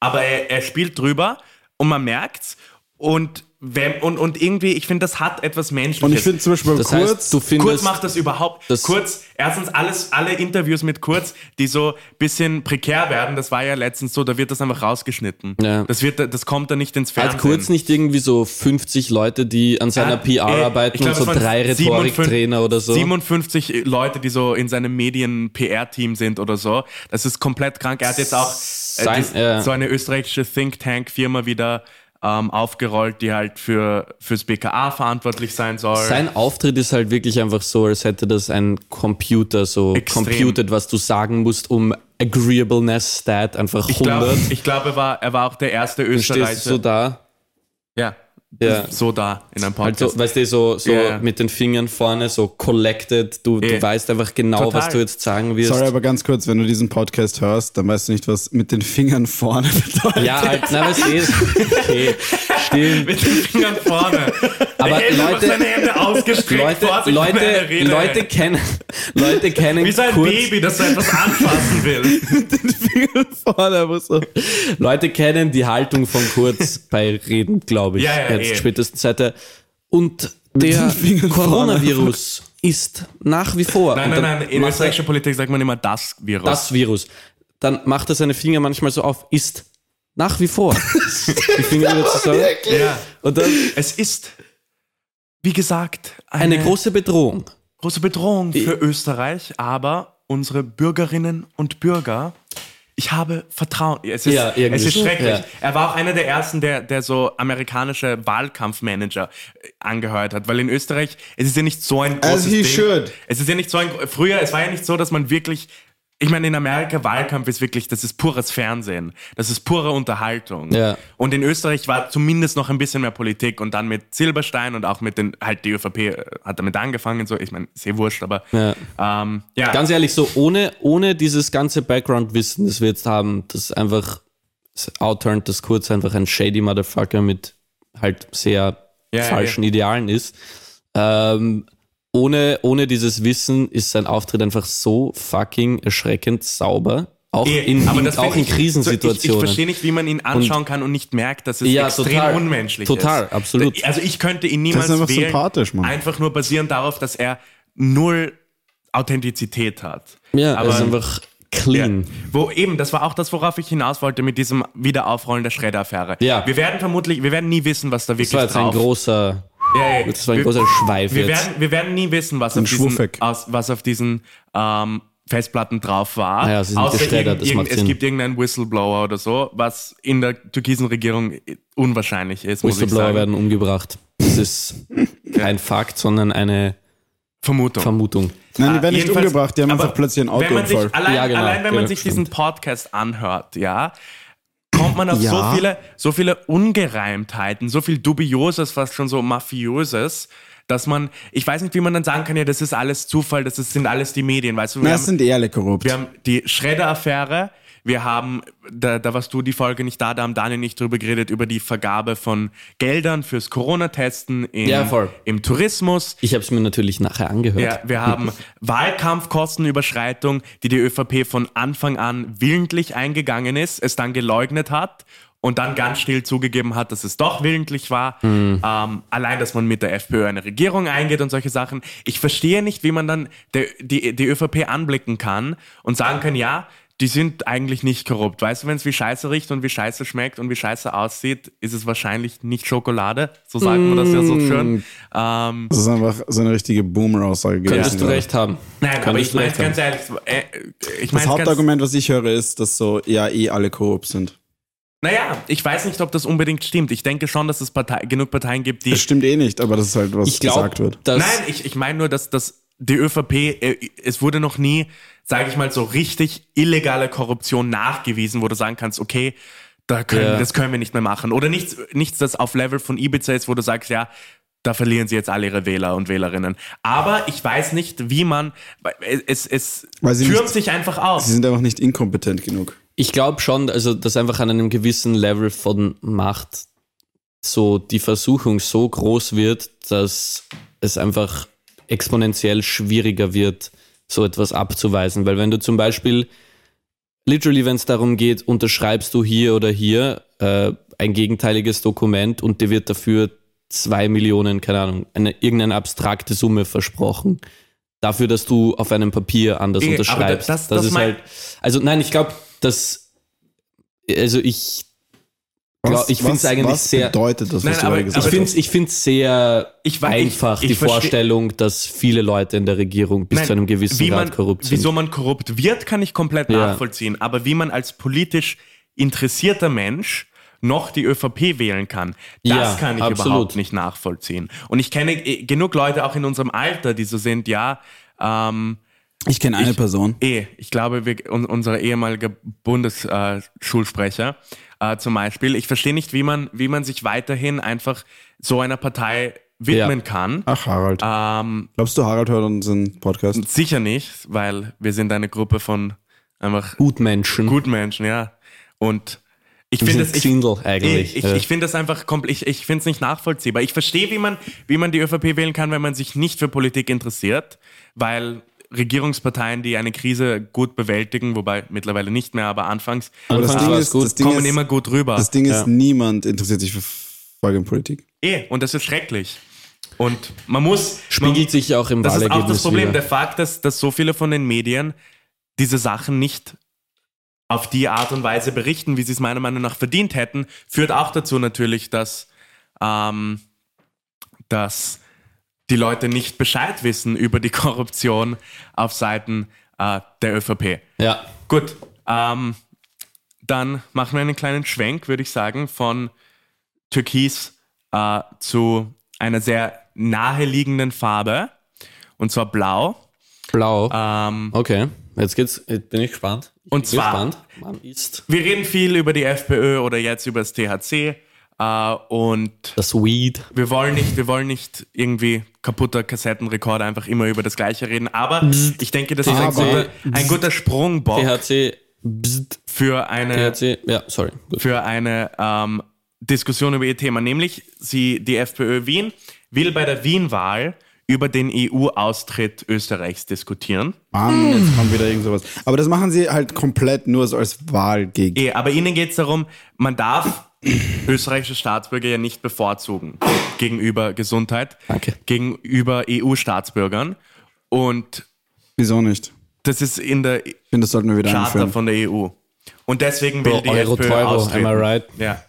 Aber er, er spielt drüber und man merkt's und wenn, und, und irgendwie, ich finde, das hat etwas Menschliches.
Und ich finde zum Beispiel bei
Das
Kurz,
heißt, du
Kurz
findest.
macht das überhaupt.
das-
Kurz, erstens alles, alle Interviews mit Kurz, die so ein bisschen prekär werden, das war ja letztens so, da wird das einfach rausgeschnitten.
Ja.
Das, wird, das kommt dann nicht ins Fernsehen.
Hat Kurz nicht irgendwie so 50 Leute, die an seiner
Ja,
PR
äh,
arbeiten
ich glaub,
und
es
so
waren
drei
57
Rhetoriktrainer oder so?
57 Leute, die so in seinem Medien-PR-Team sind oder so. Das ist komplett krank. Er hat jetzt auch äh,
Sein-
das,
ja.
so eine österreichische Think Tank Firma wieder ähm, aufgerollt, die halt für fürs BKA verantwortlich sein soll.
Sein Auftritt ist halt wirklich einfach so, als hätte das ein Computer so
Extrem.
computed, was du sagen musst, um Agreeableness Stat einfach
ich glaube,
100.
ich glaub, er, war, er war auch der erste Österreicher.
stehst du so da.
ja,
Ja.
so da in einem Podcast.
Also, weißt du, so, so
Ja, ja.
mit den Fingern vorne, so collected. Du,
Ja.
du weißt einfach genau,
Total.
was du jetzt sagen wirst.
Sorry, aber ganz kurz, wenn du diesen Podcast hörst, dann weißt du nicht, was mit den Fingern vorne bedeutet.
ja, halt, na, was ist? Okay, stimmt.
mit den Fingern vorne.
Aber
Ey, du machst
Leute-
deine Hände ausgestreckt,
Leute,
Vorsicht, meine
Leute,
Rede.
Leute kennen, Leute kennen
Wie so ein
kurz,
Baby, das so etwas anfassen will.
Vorne, aber so.
Leute kennen die Haltung von Kurz bei Reden, glaube ich.
Ja, ja,
jetzt
eh.
spätestens seit er. Und der Coronavirus ist nach wie vor.
Nein,
Und
nein,
dann
nein, eh, in
macht er
österreichischer Politik sagt man immer das Virus.
Das Virus. Dann macht er seine Finger manchmal so auf, ist nach wie vor. die Finger wieder zusammen.
ja.
Und dann
Es ist, wie gesagt, eine,
eine große Bedrohung.
große Bedrohung für Österreich, aber unsere Bürgerinnen und Bürger, ich habe Vertrauen. Es ist,
Ja,
es
irgendwie
ist
schon,
schrecklich.
ja.
Er war auch einer der ersten, der, der so amerikanische Wahlkampfmanager äh, angehört hat, weil in Österreich, es ist ja nicht so ein
As
großes
he
Ding.
should.
Es ist ja nicht so ein, gro- früher, es war ja nicht so, dass man wirklich, ich meine, in Amerika Wahlkampf ist wirklich, das ist pures Fernsehen. Das ist pure Unterhaltung.
Ja.
Und in Österreich war zumindest noch ein bisschen mehr Politik und dann mit Silberstein und auch mit den, halt die ÖVP äh, hat damit angefangen, so, ich meine, ist eh wurscht, aber
Ja.
ähm, ja.
Ganz ehrlich, so ohne, ohne dieses ganze Background-Wissen, das wir jetzt haben, das einfach das outturnt, das kurz einfach ein shady Motherfucker mit halt sehr
Ja,
falschen Idealen ist. Ähm, ohne, ohne dieses Wissen ist sein Auftritt einfach so fucking erschreckend sauber. Auch
Eh,
in, in,
das
auch
find ich- So, ich
in
ich
Krisensituationen.
verstehe nicht, wie man ihn anschauen kann und nicht merkt, dass es
Ja,
extrem
total.
unmenschlich
Total,
ist.
absolut.
Also ich könnte ihn niemals
einfach
wählen,
sympathisch, Mann.
einfach nur basierend darauf, dass er null Authentizität hat.
ja,
aber
also aber ist einfach clean.
Ja. Wo eben, das war auch das, worauf ich hinaus wollte mit diesem Wiederaufrollen der Schredder-Affäre.
Ja.
Wir werden vermutlich, wir werden nie wissen, was da wirklich
Das war jetzt ein
drauf
großer,
ja, ja.
das war ein
Wir-
großer Schweif
wir
jetzt.
werden, wir werden nie wissen, was auf diesen,
Schwuffeck.
aus, was auf diesen ähm, Festplatten drauf war.
Naja, Ah sie sind geschreddert,
irgend-
das
irgend-
macht
es
Sinn.
gibt irgendeinen Whistleblower oder so, was in der türkisen Regierung unwahrscheinlich ist, muss ich
Whistleblower
sagen.
werden umgebracht. Das ist kein Fakt, sondern eine
Vermutung.
Vermutung.
Nein, die werden nicht
Ah, Jedenfalls-
umgebracht, die haben
aber
einfach plötzlich einen
wenn man sich,
Autounfall.
allein,
Ja, genau,
allein wenn man
ja,
sich
stimmt.
diesen Podcast anhört, ja, kommt man auf
Ja.
so viele, so viele Ungereimtheiten, so viel Dubioses, fast schon so Mafioses, dass man, ich weiß nicht, wie man dann sagen kann, ja, das ist alles Zufall, das ist, sind alles die Medien, weißt du? wir
Na,
haben-
es sind eh alle korrupt.
wir haben die Schredder-Affäre. Wir haben, da, da warst du die Folge nicht da, da haben Daniel nicht drüber geredet, über die Vergabe von Geldern fürs Corona-Testen im,
Ja, voll.
im Tourismus.
Ich habe es mir natürlich nachher angehört.
Ja, wir haben Wahlkampfkostenüberschreitung, die die ÖVP von Anfang an willentlich eingegangen ist, es dann geleugnet hat und dann ganz still zugegeben hat, dass es doch willentlich war. Ähm, allein, dass man mit der FPÖ eine Regierung eingeht und solche Sachen. Ich verstehe nicht, wie man dann der, die, die ÖVP anblicken kann und sagen kann, ja, die sind eigentlich nicht korrupt. Weißt du, wenn es wie scheiße riecht und wie scheiße schmeckt und wie scheiße aussieht, ist es wahrscheinlich nicht Schokolade. So sagen wir das ja so schön. Ähm,
Das ist einfach so eine richtige Boomer-Aussage gewesen.
Könntest du
gerade.
recht haben.
Nein, aber ich
Könntest du
meine
recht haben.
ganz ehrlich, äh, ich
Das
meine ganz,
Hauptargument, was ich höre, ist, dass so ja eh alle korrupt sind.
naja, ich weiß nicht, ob das unbedingt stimmt. Ich denke schon, dass es Partei, genug Parteien gibt, die.
Das stimmt eh nicht, aber das ist halt, was
Ich glaube,
gesagt wird.
dass
Nein, ich, ich meine nur, dass, dass die ÖVP, äh, es wurde noch nie, sage ich mal, so richtig illegale Korruption nachgewiesen, wo du sagen kannst, okay, da können,
Ja.
das können wir nicht mehr machen. Oder nichts, nichts, das auf Level von Ibiza ist, wo du sagst, ja, da verlieren sie jetzt alle ihre Wähler und Wählerinnen. Aber ich weiß nicht, wie man, es, es,
Weil
es
sie
türmt
nicht-
sich einfach auf.
Sie sind einfach nicht inkompetent genug.
ich glaube schon, also dass einfach an einem gewissen Level von Macht so die Versuchung so groß wird, dass es einfach exponentiell schwieriger wird, so etwas abzuweisen. Weil wenn du zum Beispiel, literally, wenn es darum geht, unterschreibst du hier oder hier äh, ein gegenteiliges Dokument und dir wird dafür zwei Millionen, keine Ahnung, eine, irgendeine abstrakte Summe versprochen. Dafür, dass du auf einem Papier anders
Eh, aber
unterschreibst.
das- das- das
ist
mein-
halt. Also nein, ich glaube, dass also ich, glaub, ich finde es
was-
eigentlich
was
sehr.
bedeutet das, was
Nein,
du gerade
aber-
gesagt
Ich
aber-
hast?
finde es ich find's sehr
Ich weiß- ich-
einfach,
ich
die
versteh-
Vorstellung, dass viele Leute in der Regierung bis
Nein,
zu einem gewissen
wie man,
Grad korrupt sind.
Wieso man korrupt wird, kann ich komplett
Ja.
nachvollziehen. Aber wie man als politisch interessierter Mensch noch die ÖVP wählen kann. Das
Ja,
kann ich
absolut.
überhaupt nicht nachvollziehen. Und ich kenne äh, genug Leute auch in unserem Alter, die so sind, ja, ähm,
Ich kenne eine Person.
Eh, ich glaube, wir, un, unser ehemaliger Bundesschulsprecher äh, Schulsprecher, äh, zum Beispiel, ich verstehe nicht, wie man, wie man sich weiterhin einfach so einer Partei widmen kann.
Ach, Harald.
Ah.
Ähm,
Glaubst du, Harald hört unseren Podcast?
sicher nicht, weil wir sind eine Gruppe von einfach
Gutmenschen.
Gutmenschen, ja. Und ich
Wir
finde
sind
es. Ich,
Xindel eigentlich.
ich, ich,
ja.
ich finde das einfach kompl- ich, ich finde es nicht nachvollziehbar. Ich verstehe, wie man, wie man die ÖVP wählen kann, wenn man sich nicht für Politik interessiert, weil Regierungsparteien, die eine Krise gut bewältigen, wobei mittlerweile nicht mehr, aber anfangs
Aber das
Anfangs
Ding
war's
ist,
gut.
das Ding
kommen
ist,
immer gut rüber.
das Ding ist niemand interessiert sich für fucking Politik.
eh, und das ist schrecklich. Und man muss.
Spiegelt
man,
sich auch im
Das ist
Wahlergebnis
auch das Problem.
wieder.
Der Fakt, dass, dass so viele von den Medien diese Sachen nicht auf die Art und Weise berichten, wie sie es meiner Meinung nach verdient hätten, führt auch dazu natürlich, dass, ähm, dass die Leute nicht Bescheid wissen über die Korruption auf Seiten äh, der ÖVP.
Ja.
Gut, ähm, dann machen wir einen kleinen Schwenk, würde ich sagen, von Türkis äh, zu einer sehr naheliegenden Farbe, und zwar Blau.
Blau.
Ähm,
Okay. Jetzt geht's. Jetzt bin ich gespannt. Ich
Und
bin
zwar-
gespannt. Man ist
wir reden viel über die FPÖ oder jetzt über das THC äh, und
das Weed.
wir wollen nicht, wir wollen nicht irgendwie kaputter Kassettenrekorder einfach immer über das Gleiche reden, aber ich denke, das ist ein
THC.
guter, ein guter Sprungbock
THC. Bzzt,
für eine
THC. Ja, sorry. Gut.
für eine ähm, Diskussion über ihr Thema, nämlich sie, die FPÖ Wien will bei der Wien-Wahl über den EU-Austritt Österreichs diskutieren.
Mann, jetzt kommt wieder irgend sowas. Aber das machen sie halt komplett nur so als Wahlgegner.
Eh, aber ihnen geht es darum, man darf österreichische Staatsbürger ja nicht bevorzugen gegenüber Gesundheit,
Danke.
gegenüber EU-Staatsbürgern. Und
Wieso nicht?
das ist in der
Ich finde, das sollten wir wieder
Charta
einführen.
von der EU. Und deswegen will
Bro,
die
Euro,
FPÖ
Teuro,
austreten.
am I right?
Ja.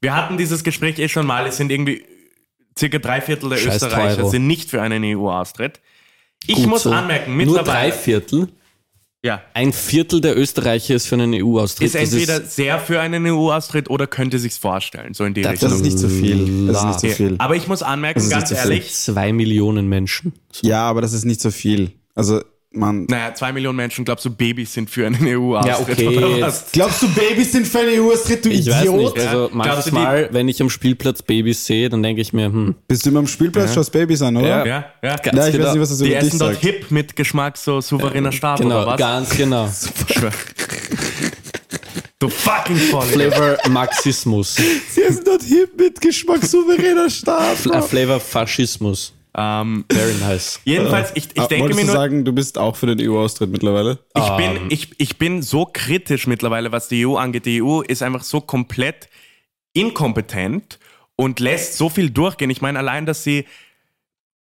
Wir hatten dieses Gespräch eh schon mal. Es sind irgendwie circa drei Viertel der
Scheiß
Österreicher
Teuro.
sind nicht für einen EU-Austritt. Ich
Gut
muss
so.
anmerken,
Nur drei
mittlerweile
Viertel.
ja,
Ein Viertel der Österreicher ist für einen EU-Austritt.
ist entweder sehr für einen EU-Austritt oder könnte sich's vorstellen, so in die
Das
Richtung.
ist nicht zu viel. Das ist nicht zu
Ja.
viel.
Aber ich muss anmerken,
ist
ganz
nicht so viel.
ehrlich,
zwei Millionen Menschen.
Ja, aber das ist nicht zu viel. Also, man.
naja, zwei Millionen Menschen, glaubst du, Babys sind für einen EU-Austritt
Ja, okay,
oder was?
Glaubst du, Babys sind für eine US-Tritt, du
Ich weiß nicht,
Ja.
also
Glaubst du,
manches
die-
Mal, wenn ich am Spielplatz Babys sehe, dann denke ich mir, hm,
Bist du immer am Spielplatz, schaust Babys an, oder?
Ja, ja.
Ja, ich
genau.
weiß nicht, was das
Die
über dich
essen dort
sagt.
hip mit Geschmack so souveräner Staat oder
genau,
was?
ganz genau.
Du fucking Vollidiot.
Flavor Marxismus,
Sie essen dort hip mit Geschmack souveräner Staat.
Fla- äh, Flavor Faschismus.
Ähm,
Very nice.
jedenfalls, ich, ich
Ah,
denke
Wolltest
mir
du
nur,
sagen, du bist auch für den EU-Austritt mittlerweile?
Ich
Ähm.
bin, ich, ich bin so kritisch mittlerweile, was die EU angeht. Die EU ist einfach so komplett inkompetent und lässt so viel durchgehen. Ich meine, allein, dass sie,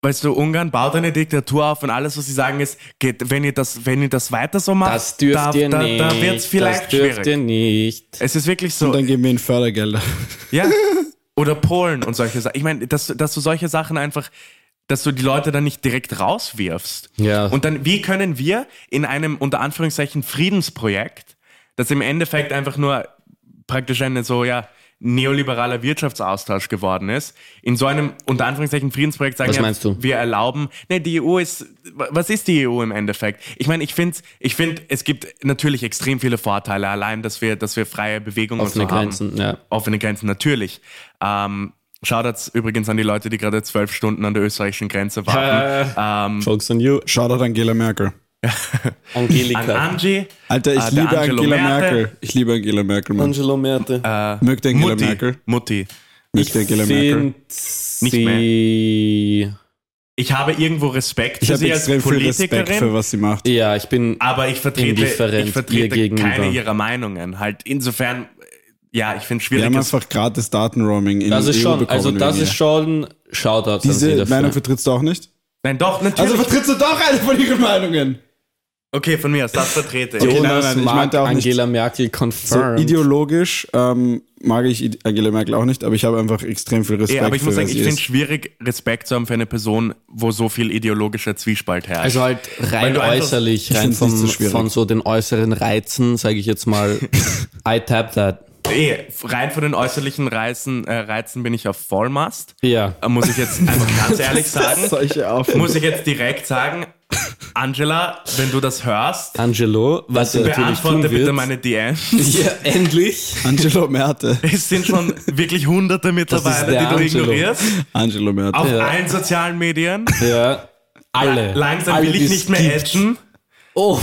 weißt du, Ungarn baut eine Diktatur auf und alles, was sie sagen, ist, geht, wenn ihr das, wenn ihr das weiter so macht,
Das dürft
da,
ihr
da,
nicht.
da wird's
das
vielleicht
dürft
schwierig. Äh,
ihr nicht.
Es ist wirklich so.
Und dann geben wir ihnen Fördergelder.
Ja. Oder Polen und solche Sachen. Ich meine, dass, du- dass du solche Sachen einfach, dass du die Leute dann nicht direkt rauswirfst.
Ja.
Und dann, wie können wir in einem unter Anführungszeichen Friedensprojekt, das im Endeffekt einfach nur praktisch eine so, ja, neoliberaler Wirtschaftsaustausch geworden ist, in so einem unter Anführungszeichen Friedensprojekt sagen,
Was
ja,
meinst du?
wir erlauben, ne, die EU ist, was ist die EU im Endeffekt? Ich meine, ich finde, ich find, es gibt natürlich extrem viele Vorteile, allein, dass wir, dass wir freie Bewegung und
Offene
so haben
Grenzen, ja.
offene Grenzen, natürlich. Ähm, Shoutouts übrigens an die Leute, die gerade zwölf Stunden an der österreichischen Grenze warten. ähm,
Folks on you.
Shoutout Angela Merkel.
an
Angelika.
Angie.
Alter, ich
Ah, der
liebe
Angelo
Angela
Merkel.
Merkel. Ich liebe Angela Merkel, Mann.
Angelo Merte.
Äh,
Mögt ihr Angela
Mutti.
Merkel?
Mutti.
Mögt ihr Angela Merkel?
sie...
Ich habe irgendwo Respekt
Ich
für
habe
sie als
extrem viel Respekt für,
Politikerin,
was sie macht.
Ja, ich bin
aber ich vertrete,
Indifferent
ich vertrete
ihr gegenüber.
keine ihrer Meinungen. Halt insofern, ja, ich finde es
Wir
schwierig.
haben
dass-
einfach gratis Datenroaming in
Das
der
ist
EU
schon,
bekommen
also das
wegen
ist
ihr.
schon Shoutouts an sie
Diese
dafür.
Meinung vertrittst du auch nicht?
Nein, doch, natürlich.
Also vertrittst du doch eine von ihren Meinungen!
Okay, von mir aus, das vertrete ich.
Okay, nein,
Jonas
nein, ich
mag
meinte auch nicht-
Angela Merkel
So
confirmed.
ideologisch ähm, mag ich Ide- Angela Merkel auch nicht, aber ich habe einfach extrem viel Respekt
Ja, aber ich
für
muss sagen,
wer
ich
sie
finde es
ist.
schwierig, Respekt zu haben für eine Person, wo so viel ideologischer Zwiespalt herrscht.
also halt
Weil
rein
du einfach-
äußerlich, rein
find's
vom,
nicht so schwierig.
von so den äußeren Reizen, sage ich jetzt mal, I tap that.
eh, rein von den äußerlichen Reizen, äh, Reizen bin ich auf Vollmast.
Ja.
Äh, Muss ich jetzt einfach ganz ehrlich sagen.
solche auf.
Muss ich jetzt direkt sagen, Angela, wenn du das hörst,
Angelo, was er natürlich tun
beantworte
wird.
bitte meine DMs.
ja, endlich.
Angelo Merte.
Es sind schon wirklich hunderte mittlerweile, die
der
du
Angelo.
ignorierst.
Angelo Merte.
Auf
Ja.
allen sozialen Medien.
Ja. Alle.
Langsam
Alle,
will ich
die's
nicht mehr
gibt.
edgen.
Oh,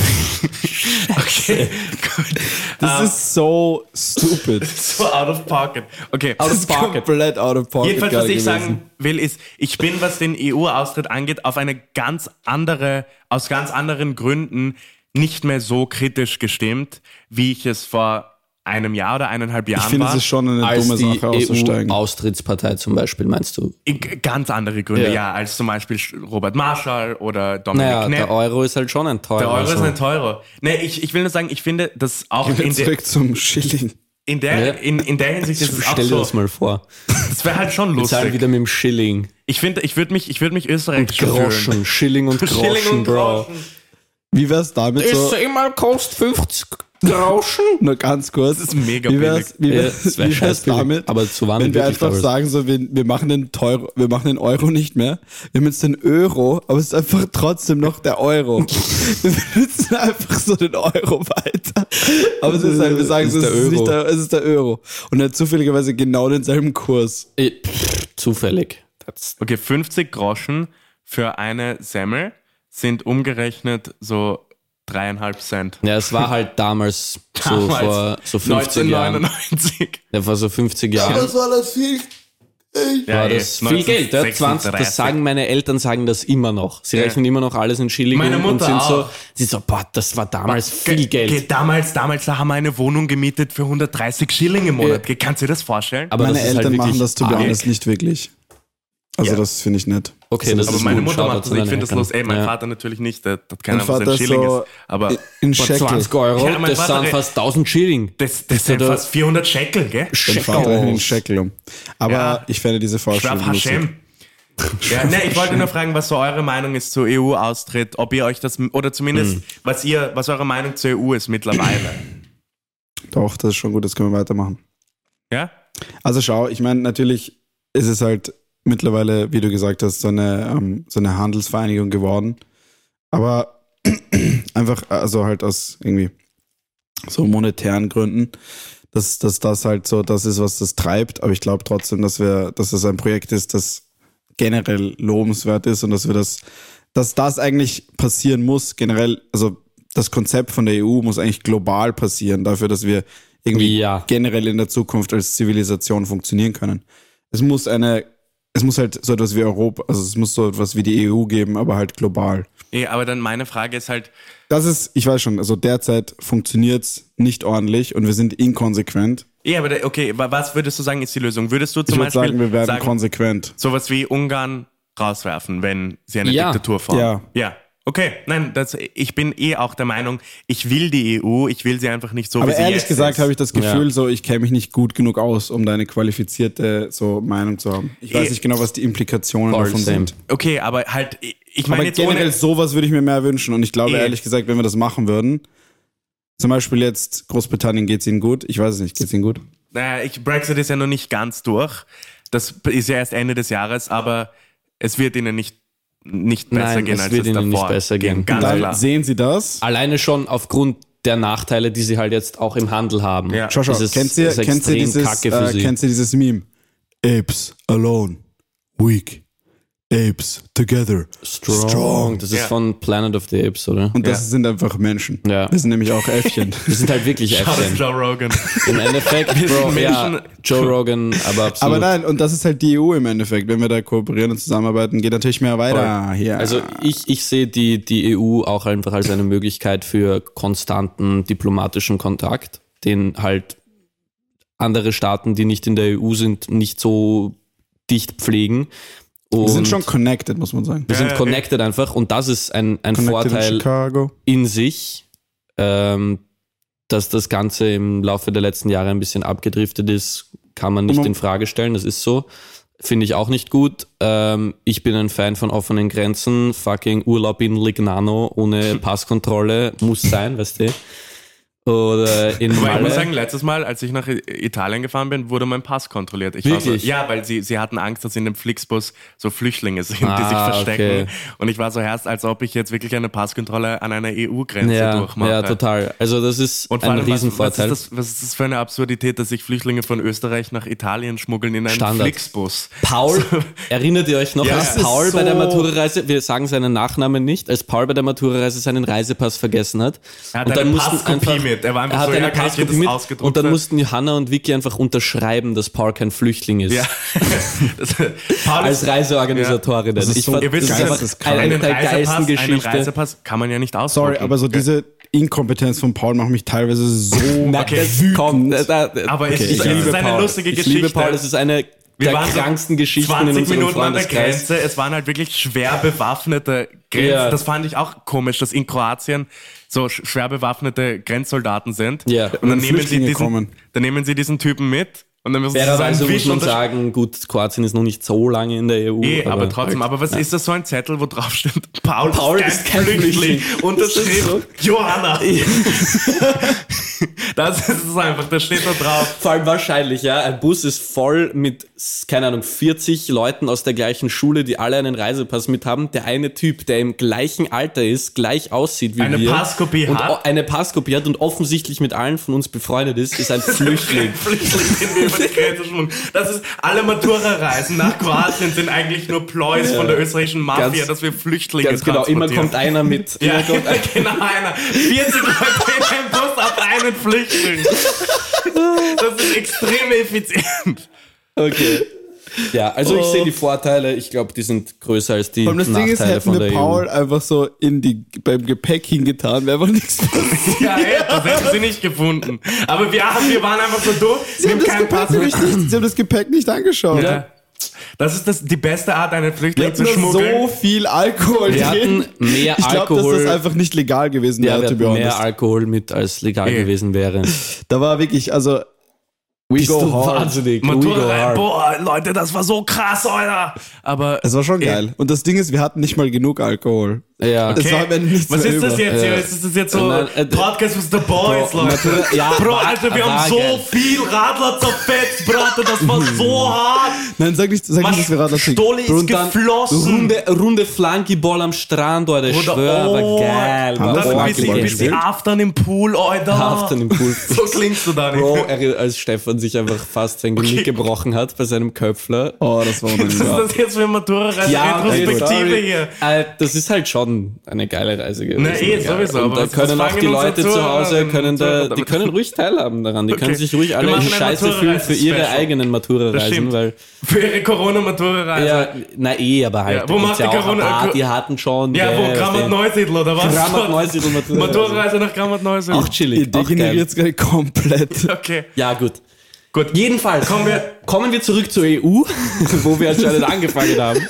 Okay, gut. Ähm,
Das ist so stupid.
So out of pocket. Okay.
out of pocket.
Komplett out of pocket.
Jedenfalls, was
gerade gewesen.
ich sagen will, ist, ich bin, was den EU-Austritt angeht, auf eine ganz andere, aus ganz anderen Gründen nicht mehr so kritisch gestimmt, wie ich es vor einem Jahr oder eineinhalb
Ich
Jahren
finde, es
war.
ist schon eine
Als
dumme
die E
Sache auszusteigen.
EU-Austrittspartei zum Beispiel, meinst du?
In g- ganz andere Gründe,
Ja.
ja. als zum Beispiel Robert Marschall oder Dominik
Naja,
Knepp.
der Euro ist halt schon ein teurer.
Der Euro ist
so.
ein teurer. Nee, ich, ich will nur sagen, ich finde, dass auch in,
Jetzt
der
zurück zum Schilling.
in, der,
Ja.
in, in der Hinsicht ist es auch
Stell dir das
so.
mal vor.
Das wäre halt schon
Zahl
lustig.
wieder mit dem Schilling.
Ich finde, ich würde mich, ich würd mich österreichisch fühlen.
Groschen. Schilling und Groschen,
Schilling und
Bro.
Groschen.
Wie wär's damit
Ist
so?
immer kost 50 Groschen?
Nur ganz kurz. Das
ist mega
wie wär's, wie
Ja,
wär's,
das wär
wie wär's
scheißbillig.
damit,
Aber zu wann
wenn wir
wirklich,
einfach
aber-
sagen, so, wir, wir, machen den Teuro, wir machen den Euro nicht mehr, wir haben jetzt den Euro, aber es ist einfach trotzdem noch der Euro. wir benutzen einfach so den Euro weiter. Aber es ist halt, wir sagen,
Ist
so, es,
der
ist nicht
Euro.
der, es ist der Euro. Und er hat zufälligerweise genau denselben Kurs.
Äh, pff, Zufällig. That's
Okay, 50 Groschen für eine Semmel sind umgerechnet so dreieinhalb Cent.
ja, es war halt damals, so vor so 50 Jahren.
1999.
Ja, vor so 50 Jahren.
war das viel.
war das
eh,
viel Geld, ja, 20, das sagen meine Eltern, sagen das immer noch. Sie
Ja.
rechnen immer noch alles in Schilling
Meine
um und
Mutter
sind so,
auch.
sie so, boah, das war damals viel Geld.
damals, damals da haben wir eine Wohnung gemietet für 130 Schilling im Monat. Ge- Kannst du dir das vorstellen?
Äh, Aber
Meine
das ist
Eltern
halt
machen das, to be
arg.
honest, nicht wirklich. Also
Ja.
das finde ich nett.
Okay, das
Aber
ist
meine
gut.
Mutter
Shoutout
macht das,
an
ich
deine
finde das
Eltern.
los. Ey, mein
Ja.
Vater natürlich nicht, der der hat keine
Mein
Ahnung, was ein
Vater
Schilling
so
ist. Aber
In
Boah,
Scheckel.
20 Euro,
Ja, mein
das
Vater-
sind fast 1000 Schilling.
das, das sind
Oder-
fast 400 Scheckel, gell?
Dann fahrt euch in den Scheckel um. Aber
Ja.
ich fände diese
Schwab
Vorstellung lustig.
Hashem. Ja, ne, ich wollte nur fragen, was so eure Meinung ist zur EU-Austritt, ob ihr euch das, oder zumindest,
Hm.
was ihr, was eure Meinung zur EU ist mittlerweile.
Doch, das ist schon gut, das können wir weitermachen.
Ja?
Also schau, ich meine, natürlich ist es halt mittlerweile, wie du gesagt hast, so eine, ähm, so eine Handelsvereinigung geworden. Aber einfach, also halt aus irgendwie so monetären Gründen, dass, dass das halt so das ist, was das treibt. Aber ich glaube trotzdem, dass wir, dass das ein Projekt ist, das generell lobenswert ist und dass wir das, dass das eigentlich passieren muss, generell, also das Konzept von der EU muss eigentlich global passieren, dafür, dass wir irgendwie
Ja.
generell in der Zukunft als Zivilisation funktionieren können. Es muss eine, es muss halt so etwas wie Europa, also es muss so etwas wie die EU geben, aber halt global.
Eh, aber dann meine Frage ist halt,
Das ist, ich weiß schon, also derzeit funktioniert's nicht ordentlich und wir sind inkonsequent.
eh, aber da- okay, wa- was würdest du sagen, ist die Lösung? Würdest du
Ich
zum
würde
Beispiel
sagen, wir werden konsequent.
sowas wie Ungarn rauswerfen, wenn sie eine
Ja.
Diktatur formen?
Ja.
Ja. Okay, nein, das, ich bin eh auch der Meinung, ich will die EU, ich will sie einfach nicht so wie
Aber
sie
ehrlich
jetzt
gesagt
ist.
habe ich das Gefühl, so ich kenne mich nicht gut genug aus, um deine qualifizierte so Meinung zu haben. Ich weiß
Eh.
nicht genau, was die Implikationen
Voll
davon
same.
sind.
Okay, aber halt, ich- ich
Aber
meine jetzt
generell
ohne,
sowas würde ich mir mehr wünschen. Und ich glaube,
Eh.
ehrlich gesagt, wenn wir das machen würden, zum Beispiel jetzt Großbritannien geht's ihnen gut. Ich weiß es nicht, geht's ihnen gut?
Naja, ich, Brexit ist ja noch nicht ganz durch. Das ist ja erst Ende des Jahres, aber es wird ihnen nicht, nicht besser
Nein,
gehen,
es
als
wird
es
ihnen nicht
davor
besser gehen.
Ganz
Dann
Ah, klar.
sehen Sie das.
Alleine schon aufgrund der Nachteile, die sie halt jetzt auch im Handel haben.
Ja.
Schau, schau,
Das ist-
kennst du
das ist
kennst du
extrem
dieses,
kacke für
äh,
sie.
kennst du dieses Meme? Apes alone, weak. Apes together.
Strong. Das ist
Ja.
von Planet of the Apes, oder?
Und das sind einfach Menschen.
Ja.
Das sind nämlich auch Äffchen.
Wir sind halt wirklich
Schau, das ist
Äpfel.
Joe Rogan.
Im Endeffekt, Bro,
sind
ja,
Menschen.
Joe Rogan, aber absolut.
Aber nein, und das ist halt die EU im Endeffekt. Wenn wir da kooperieren und zusammenarbeiten, geht natürlich mehr weiter. Hier.
Also ich, ich sehe die, die EU auch einfach als eine Möglichkeit für konstanten diplomatischen Kontakt, den halt E andere Staaten, die nicht in der EU sind, nicht so dicht pflegen. Und
Wir sind schon connected, muss man sagen.
wir sind
Ja, ja,
connected einfach und das ist ein, ein
Connected in
Vorteil
Chicago.
in sich, ähm, dass das Ganze im Laufe der letzten Jahre ein bisschen abgedriftet ist, kann man nicht
man-
in Frage stellen. Das ist so. Finde ich auch nicht gut. Ähm, ich bin ein Fan von offenen Grenzen. Fucking Urlaub in Lignano ohne Passkontrolle muss sein, weißt du? Oder in
Wobei, ich muss sagen,
Malle.
letztes Mal, als ich nach I- Italien gefahren bin, wurde mein Pass kontrolliert. Ich War
Wirklich?
so, ja, weil sie, sie hatten Angst, dass in dem Flixbus so Flüchtlinge sind, die sich
Ah,
verstecken.
okay.
Und ich war so herrscht, als ob ich jetzt wirklich eine Passkontrolle an einer EU-Grenze
Ja,
durchmache.
ja, total. Also das ist
Und vor
ein
allem, was, was, ist
Riesenvorteil.
das, was ist das für eine Absurdität, dass sich Flüchtlinge von Österreich nach Italien schmuggeln in einen
Standard.
Flixbus?
Paul, erinnert ihr euch noch,
Ja. Das
als
ist
Paul bei
so-
der Matura-Reise, wir sagen seinen Nachnamen nicht, als Paul bei der Matura-Reise seinen Reisepass vergessen hat.
Er hat eine Passkopie mit. Er war einfach
er hat
so, ja,
eine
kann ich dir
Passkopie
das
mit
ausgedruckt
und dann
sein?
mussten Johanna und Vicky einfach unterschreiben, dass Paul kein Flüchtling ist.
Ja. Das- Paul
Als
ist-
Reiseorganisatorin.
ist
ich
so
fand,
Ihr wisst,
das ist
dass
einfach eine
einen
der geilsten
Reisepass, einen
Geschichten.
Reisepass kann man ja nicht ausdrucken.
Sorry, aber so diese Inkompetenz von Paul macht mich teilweise so.
Na,
Okay.
das kommt. äh, da- äh,
Aber ich- ich- es ist eine lustige
ich liebe
Geschichte.
Paul, es ist eine
Wir
der
waren so
kranksten Geschichten in
20
unserem
Minuten an der
Freundeskreis.
Grenze. Es waren halt wirklich schwer bewaffnete Grenzen.
Ja.
Das fand ich auch komisch, dass in Kroatien so sch- schwer bewaffnete Grenzsoldaten sind.
Ja.
Und dann
Wenn
nehmen, sie
Flüchtlinge
diesen,
kommen.
dann nehmen sie diesen Typen mit und dann müssen sie sagen,
Fairerweise muss
Wisch
man
und das-
sagen, gut, Kroatien ist noch nicht so lange in der E EU.
Eh, aber, trotzdem, aber was ist das so ein Zettel, wo drauf steht, Paul,
halt, Paul
ist kein Flüchtling,
Das ist
Unterschrift,
so.
Johanna. das ist es einfach, da steht da drauf.
Vor allem wahrscheinlich, ja. Ein Bus ist voll mit, keine Ahnung, 40 Leuten aus der gleichen Schule, die alle einen Reisepass mit haben. Der eine Typ, der im gleichen Alter ist, gleich aussieht wie
Eine
wir.
Passkopie
und
hat.
o- Eine Passkopie hat und offensichtlich mit allen von uns befreundet ist, ist ein Flüchtling.
Flüchtling, den wir über die Grenze schmuggeln. Das ist, alle Matura-Reisen nach Kroatien sind eigentlich nur Ploys von der österreichischen Mafia,
Ganz-
dass wir Flüchtlinge
Ganz genau, immer
transportieren.
kommt einer mit.
ja,
Immer kommt ein,
genau einer. 40 Leute in einem Bus auf einen Flüchtling. Das ist extrem effizient.
okay. Ja, also ich sehe die Vorteile. Ich glaube, die sind größer als die
Und das
Nachteile
Ding ist,
von
hätten
der E
wir Paul einfach so in die, beim Gepäck hingetan, wäre einfach nichts passiert.
Ja, ey, das hätten sie nicht gefunden. Aber wir, haben, wir waren einfach so doof.
Sie
wir
haben,
haben
das
keinen
Gepäck
Pass mehr.
nämlich nicht, sie haben das Gepäck nicht angeschaut.
Ja. Das ist das, die beste Art, einen
Wir
Flüchtling
hatten
zu
nur so
schmuggeln.
viel Alkohol
EU. Wir hatten mehr
Ich glaube, dass
Alkohol.
das einfach nicht legal gewesen
ja,
wäre,
wir
to
hatten
be honest.
mehr Alkohol mit, als legal
Eh.
gewesen wäre.
Da war wirklich, also, we
Bist
go
du
hard.
wahnsinnig? We go
Motorrad,
hard.
boah, Leute, das war so krass, Alter. Aber
Also,
Es war schon geil. Und das Ding ist, wir hatten nicht mal genug Alkohol.
Ja.
Es war am Ende nichts
was
mehr
ist das
über.
jetzt hier? Ist das jetzt so
Nein, äh,
Podcast with the Boys,
Bro,
Leute?
natürlich- ja,
Bro,
war-
Alter, wir
war
haben so
geil.
viel Radler zerfetzt, Bratte, das war so hart.
Nein, sag nicht, sag
Man,
nicht dass wir Radler trinken.
Stolle ist
Und dann
geflossen.
Runde, runde Flankyball am Strand, Alter. Ich
Oder-
schwör, war
oh,
geil.
haben wir
Dann
War
ein
Flankyball
bisschen, ein bisschen
gespielt?
Aftern im Pool, Alter.
Aftern im Pool.
So klingst du da nicht.
Bro, er- als Stefan sich einfach fast sein Genick gebrochen hat bei seinem Köpfler.
Oh, das war
Was ist
unangenehm.
das jetzt für eine
ey,
Matura-Reise-Retrospektive
sorry.
hier?
Äh, das ist halt schon eine geile Reise gewesen.
Na, eh,
Alter.
sowieso,
Und
aber
da
was-
können
was
auch die
fangen unsere
Leute zu
Zuhörer
Hause,
denn-
können da,
Zuhörer
die
damit?
können ruhig teilhaben daran. Die können sich ruhig alle
Wir
in
machen ein
Scheiße fühlen für ihre
Matura-Reise-Special.
eigenen
Das
Matura-Reisen,
stimmt.
weil
Für ihre Corona-Matura-Reise.
Ja, na eh, aber halt.
Also, Ja,
Ja,
wo macht
ja
die
auch ein
Corona-
paar, die hatten schon.
Ja, wo?
äh,
Kramat
den-
Neusiedl oder was?
Kramat Neusiedl Matura.
Matura-Reise nach Kramat Neusiedl.
Auch
Ihr
chillig. Auch
degeneriert
geil.
jetzt gerade komplett.
Okay.
Ja, gut.
Gut.
Jedenfalls
Kommen wir-
kommen wir zurück zur EU, wo wir anscheinend angefangen haben.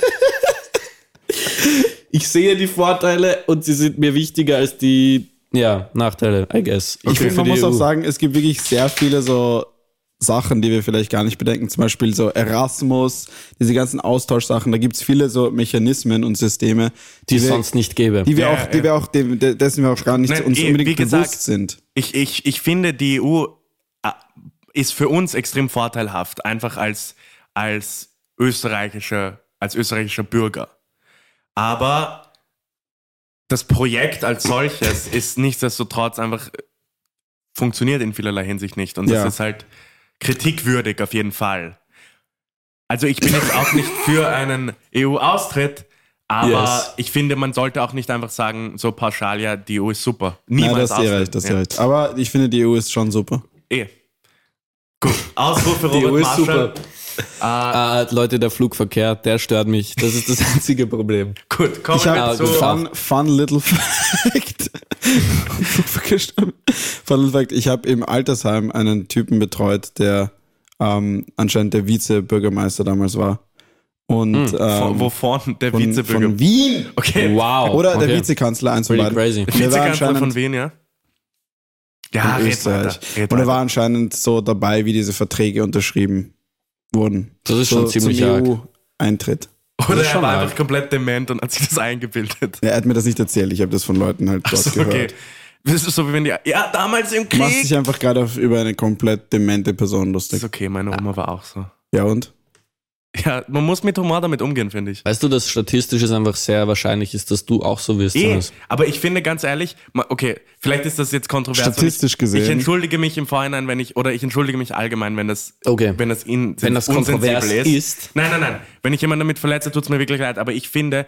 Ich sehe die Vorteile und sie sind mir wichtiger als die ja, Nachteile, I guess. Ich bin
Und
für
man
die E
muss
EU.
auch sagen, es gibt wirklich sehr viele so Sachen, die wir vielleicht gar nicht bedenken. Zum Beispiel so Erasmus, diese ganzen Austauschsachen. Da gibt es viele so Mechanismen und Systeme,
die
die,
es
wir,
sonst nicht gäbe.
die wir
Ja,
auch, die
ja.
wir auch dem, de- dessen wir auch gar nicht
Nein,
uns
eh, wie
unbedingt
gesagt,
bewusst sind.
Ich, ich, ich finde, die EU äh, ist für uns extrem vorteilhaft, einfach als, als, österreichischer, als österreichischer Bürger. Aber das Projekt als solches ist nichtsdestotrotz einfach äh, funktioniert in vielerlei Hinsicht nicht. Und das
Ja.
ist halt kritikwürdig auf jeden Fall. Also ich bin jetzt auch nicht für einen EU-Austritt, aber
Yes.
ich finde, man sollte auch nicht einfach sagen, so pauschal, ja, die EU ist super.
Nein,
Niemals
das ist dir
austreten.
recht, das eh ist
ja.
dir recht. Aber ich finde, die EU ist schon super.
Eh. Gut, Ausruf für Robert
EU ist
Marshall.
Ah, Leute, der Flugverkehr, der stört mich. Das ist das einzige Problem.
Gut, kommen
Ich
wir
habe
zu.
gut.
fun, fun little fact. fun little fact. Ich habe im Altersheim einen Typen betreut, der ähm, anscheinend der Vizebürgermeister damals war.
Und ähm,
Hm, Von, wovon der
von,
Vizebürger.
von Wien.
okay.
Wow.
Oder der
okay.
Vizekanzler, eins von
Pretty
beiden.
crazy.
Der war
Vizekanzler von
anscheinend
Wien, ja? Ja,
in
red
Österreich.
weiter,
Und
red
er
weiter.
war anscheinend so dabei, wie diese Verträge unterschrieben wurden.
Das ist schon
so
ziemlich
zum E
arg.
EU-Eintritt.
Oder
Das ist
er
schon
war
arg.
einfach komplett dement und hat sich das eingebildet.
Er hat mir das nicht erzählt, ich habe das von Leuten halt dort
Achso,
gehört.
okay. Das ist so wie wenn die. Ja, damals im
Du Machst
Krieg.
dich einfach gerade auf- über eine komplett demente Person
Das
lustig.
ist okay, meine
Ah.
Oma war auch so.
Ja und?
Ja, man muss mit Humor damit umgehen, finde ich.
Weißt du, dass statistisch es einfach sehr wahrscheinlich ist, dass du auch so wirst.
Eh,
Jonas?
aber ich finde ganz ehrlich, ma- okay, vielleicht ist das jetzt kontrovers. und
Statistisch
ich, ich
gesehen.
entschuldige mich im Vorhinein, wenn ich, oder ich entschuldige mich allgemein, wenn das,
Okay.
wenn das, in,
Wenn das kontrovers
unsensibel
ist.
Nein, nein, nein. Wenn ich jemanden damit verletze, tut es mir wirklich leid. Aber ich finde,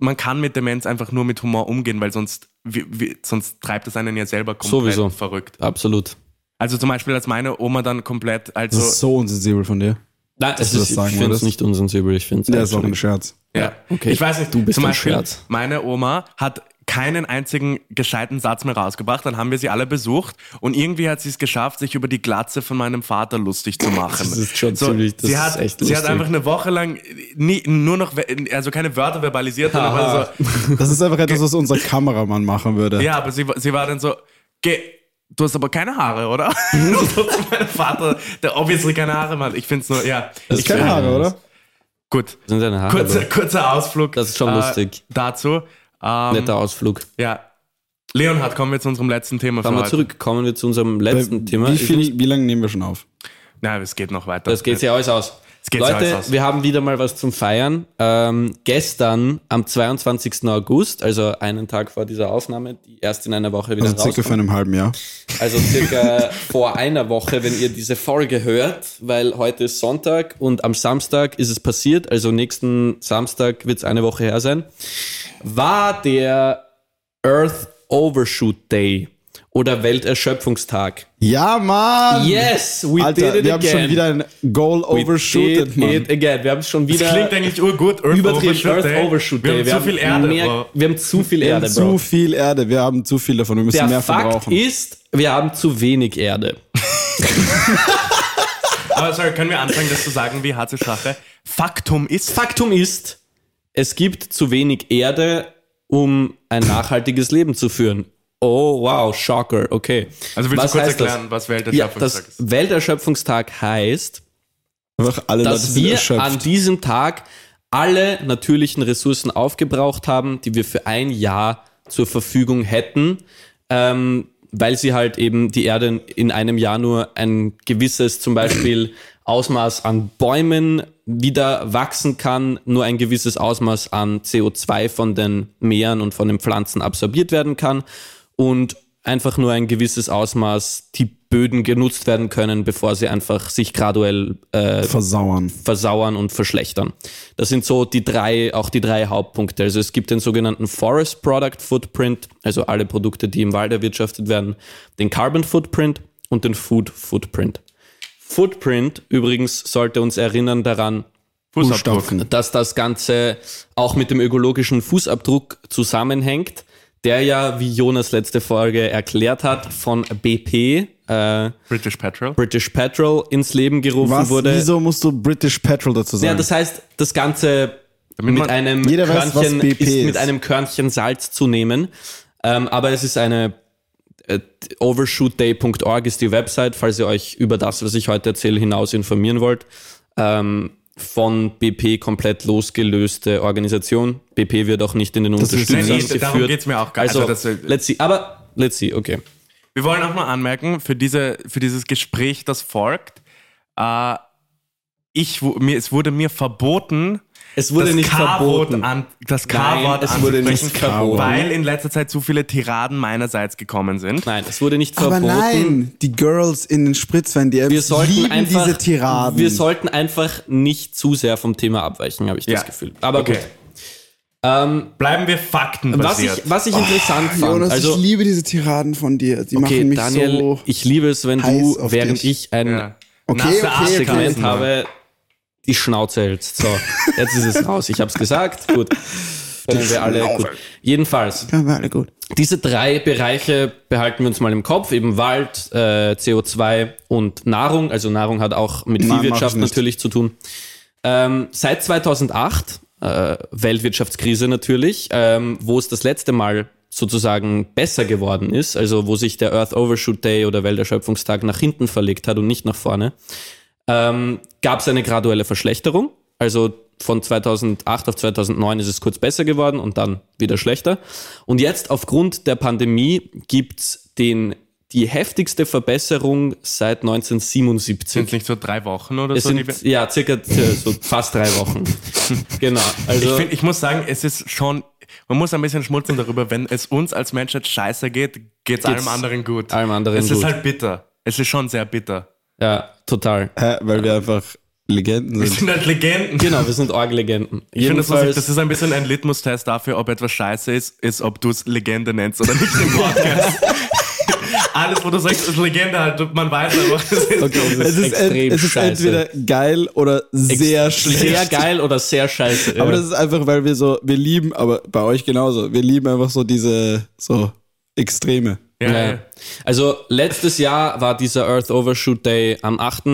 man kann mit Demenz einfach nur mit Humor umgehen, weil sonst, wie, wie, sonst treibt es einen ja selber komplett
Sowieso.
verrückt.
Absolut.
Also zum Beispiel, als meine Oma dann komplett, also,
Das ist so unsensibel von dir.
Nein, es
du
ist,
das sagen
ich finde es
würdest.
nicht unsensibel. Ich finde
Der
es
ist auch ein Scherz.
ja,
okay.
ich weiß nicht,
Du bist
zum
ein
Beispiel,
Scherz.
meine Oma hat keinen einzigen gescheiten Satz mehr rausgebracht. Dann haben wir sie alle besucht und irgendwie hat sie es geschafft, sich über die Glatze von meinem Vater lustig zu machen.
Das ist schon ziemlich- das
sie
ist
hat,
echt
Sie hat
lustig.
einfach eine Woche lang nie, nur noch, we- also keine Wörter verbalisiert. sondern war so,
Das ist einfach etwas, was unser Kameramann machen würde.
Ja, aber sie, war- sie war dann so, Geh, du hast aber keine Haare, oder? Und so zu meinem Vater, der obviously keine Haare hat. Ich find's nur, ja.
Ich keine Haare, oder?
Gut.
Sind deine Haare.
Kurzer, kurzer Ausflug.
Ah,
äh,
Das ist schon lustig.
Dazu. Ähm,
aber Netter Ausflug.
Ja. Leonhard, kommen wir zu unserem letzten Thema für
Kommen wir
heute.
zurück. Kommen wir zu unserem letzten Thema.
Wie,
Ich muss-
viel, wie lange nehmen wir schon auf?
Nein, es geht noch weiter.
Das geht ja alles aus.
geht's ja
Leute,
alles aus.
wir haben wieder mal was zum Feiern. Ähm, gestern am 22. August, also einen Tag vor dieser Aufnahme, die erst in einer Woche wieder
Also circa
rauskommt.
vor einem halben Jahr.
Also circa vor einer Woche, wenn ihr diese Folge hört, weil heute ist Sonntag und am Samstag ist es passiert, also nächsten Samstag wird es eine Woche her sein, war der Earth Overshoot Day oder Welterschöpfungstag.
Ja, Mann!
Yes, we
Ah. Alter,
did it
wir haben
again.
schon wieder ein Goal
We
overshooted,
did it
Mann.
again. Wir haben schon wieder
Das klingt eigentlich urgut. Earth
übertrieben
Overshoot
Earth
Day.
Overshoot
Wir
Day.
haben zu viel Erde.
mehr-
Bro.
wir haben zu viel
Wir
Erde,
haben zu
Bro.
viel Erde. Wir haben zu viel davon. Wir müssen
Der
mehr
Fakt
verbrauchen.
ist, wir haben zu wenig Erde.
Aber sorry, können wir anfangen, das zu sagen, wie harte Sprache? Faktum ist.
Faktum ist, es gibt zu wenig Erde, um ein nachhaltiges Leben zu führen. Oh, wow, Shocker, okay.
Also willst du kurz
heißt das?
erklären, was
Ja,
Welterschöpfungstag
das
ist?
Welterschöpfungstag heißt,
Einfach alle Leute
dass
sind
wir
erschöpft.
an diesem Tag alle natürlichen Ressourcen aufgebraucht haben, die wir für ein Jahr zur Verfügung hätten, ähm, weil sie halt eben die Erde in einem Jahr nur ein gewisses zum Beispiel Ausmaß an Bäumen wieder wachsen kann, nur ein gewisses Ausmaß an CO2 von den Meeren und von den Pflanzen absorbiert werden kann und einfach nur ein gewisses Ausmaß die Böden genutzt werden können, bevor sie einfach sich graduell äh,
Versauern.
versauern und verschlechtern. Das sind so die drei, auch die drei Hauptpunkte. Also es gibt den sogenannten Forest Product Footprint, also alle Produkte, die im Wald erwirtschaftet werden, den Carbon Footprint und den Food Footprint. Footprint übrigens sollte uns erinnern daran,
Fußstapfen.
dass das Ganze auch mit dem ökologischen Fußabdruck zusammenhängt, der ja, wie Jonas letzte Folge erklärt hat, von BP, äh,
British Petrol.
British Petrol, ins Leben gerufen
Was?
wurde.
Wieso musst du British Petrol dazu sagen?
Ja, das heißt, das Ganze mit
man-
einem,
Jeder weiß,
Körnchen,
was BP
ist,
ist.
mit einem Körnchen Salz zu nehmen. Ähm, aber es ist eine äh, overshootday.org ist die Website, falls ihr euch über das, was ich heute erzähle, hinaus informieren wollt. Ähm, von BP komplett losgelöste Organisation. BP wird auch nicht in den
ist-
Unterschieden
Nein, eh, darum
geführt.
geht's mir auch gar
also,
also das-
let's see. Aber let's see, okay.
Wir wollen auch mal anmerken, für, diese, für dieses Gespräch, das folgt, äh, ich, wu- mir, es wurde mir verboten,
Es wurde
das
nicht
K-Wort
verboten.
An, das
Nein,
K-Wort
es wurde nicht
anzusprechen,
verboten.
weil in letzter Zeit zu viele Tiraden meinerseits gekommen sind.
Nein, es wurde nicht
Aber
verboten.
nein, die Girls in den Spritzwein, die
wir sollten
lieben
einfach,
diese Tiraden.
Wir sollten einfach nicht zu sehr vom Thema abweichen, habe ich das
Ja.
Gefühl. Aber
Okay.
gut. Ähm,
Bleiben wir
was
faktenbasiert.
ich, was ich interessant fand,
Jonas,
also
ich liebe diese Tiraden von dir. Die
okay,
machen mich
Daniel,
so.
ich liebe es, wenn
heiß
du,
auf
während
dich.
ich ein
ja.
Okay,
Nasse
okay, okay.
Arschkassen.
Segment habe, die Schnauze hältst. So, jetzt ist es raus. Ich habe es gesagt. Gut. Können wir alle gut. Jedenfalls,
Ja, war alle gut.
diese drei Bereiche behalten wir uns mal im Kopf, eben Wald, äh, CO2 und Nahrung. Also Nahrung hat auch mit
Nein, mach
Viehwirtschaft
ich nicht.
natürlich zu tun. Ähm, seit 2008, äh, Weltwirtschaftskrise natürlich, ähm, wo es das letzte Mal sozusagen besser geworden ist, also wo sich der Earth Overshoot Day oder Welterschöpfungstag nach hinten verlegt hat und nicht nach vorne, ähm, gab es eine graduelle Verschlechterung. Also von 2008 auf 2009 ist es kurz besser geworden und dann wieder schlechter. Und jetzt aufgrund der Pandemie gibt's den die heftigste Verbesserung seit 1977.
Sind nicht so drei Wochen oder
Es
so? die
sind
wir-
ja circa äh, so fast drei Wochen. genau. Also
ich, find, ich muss sagen, es ist schon, man muss ein bisschen schmunzeln darüber, wenn es uns als Menschheit scheiße geht, geht es allem anderen gut.
allem anderen
es
gut.
ist halt bitter. Es ist schon sehr bitter.
ja, total.
Hä, weil wir einfach Legenden
Wir
sind.
sind halt Legenden.
Genau, wir sind Org-Legenden.
Ich finde, das,
Jedenfalls-
das ist ein bisschen ein Litmus-Test dafür, ob etwas scheiße ist, ist, ob du es Legende nennst oder nicht im Podcast. Alles, wo du sagst, ist Legende halt, man weiß aber. es ist-
Es ist,
extrem
ent, es ist
scheiße.
entweder geil oder sehr schlecht.
sehr geil oder sehr scheiße.
Aber
ja.
das ist einfach, weil wir so, wir lieben, aber bei euch genauso, wir lieben einfach so diese so Extreme.
Ja,
Ja.
ja.
Also letztes Jahr war dieser Earth Overshoot Day am 8.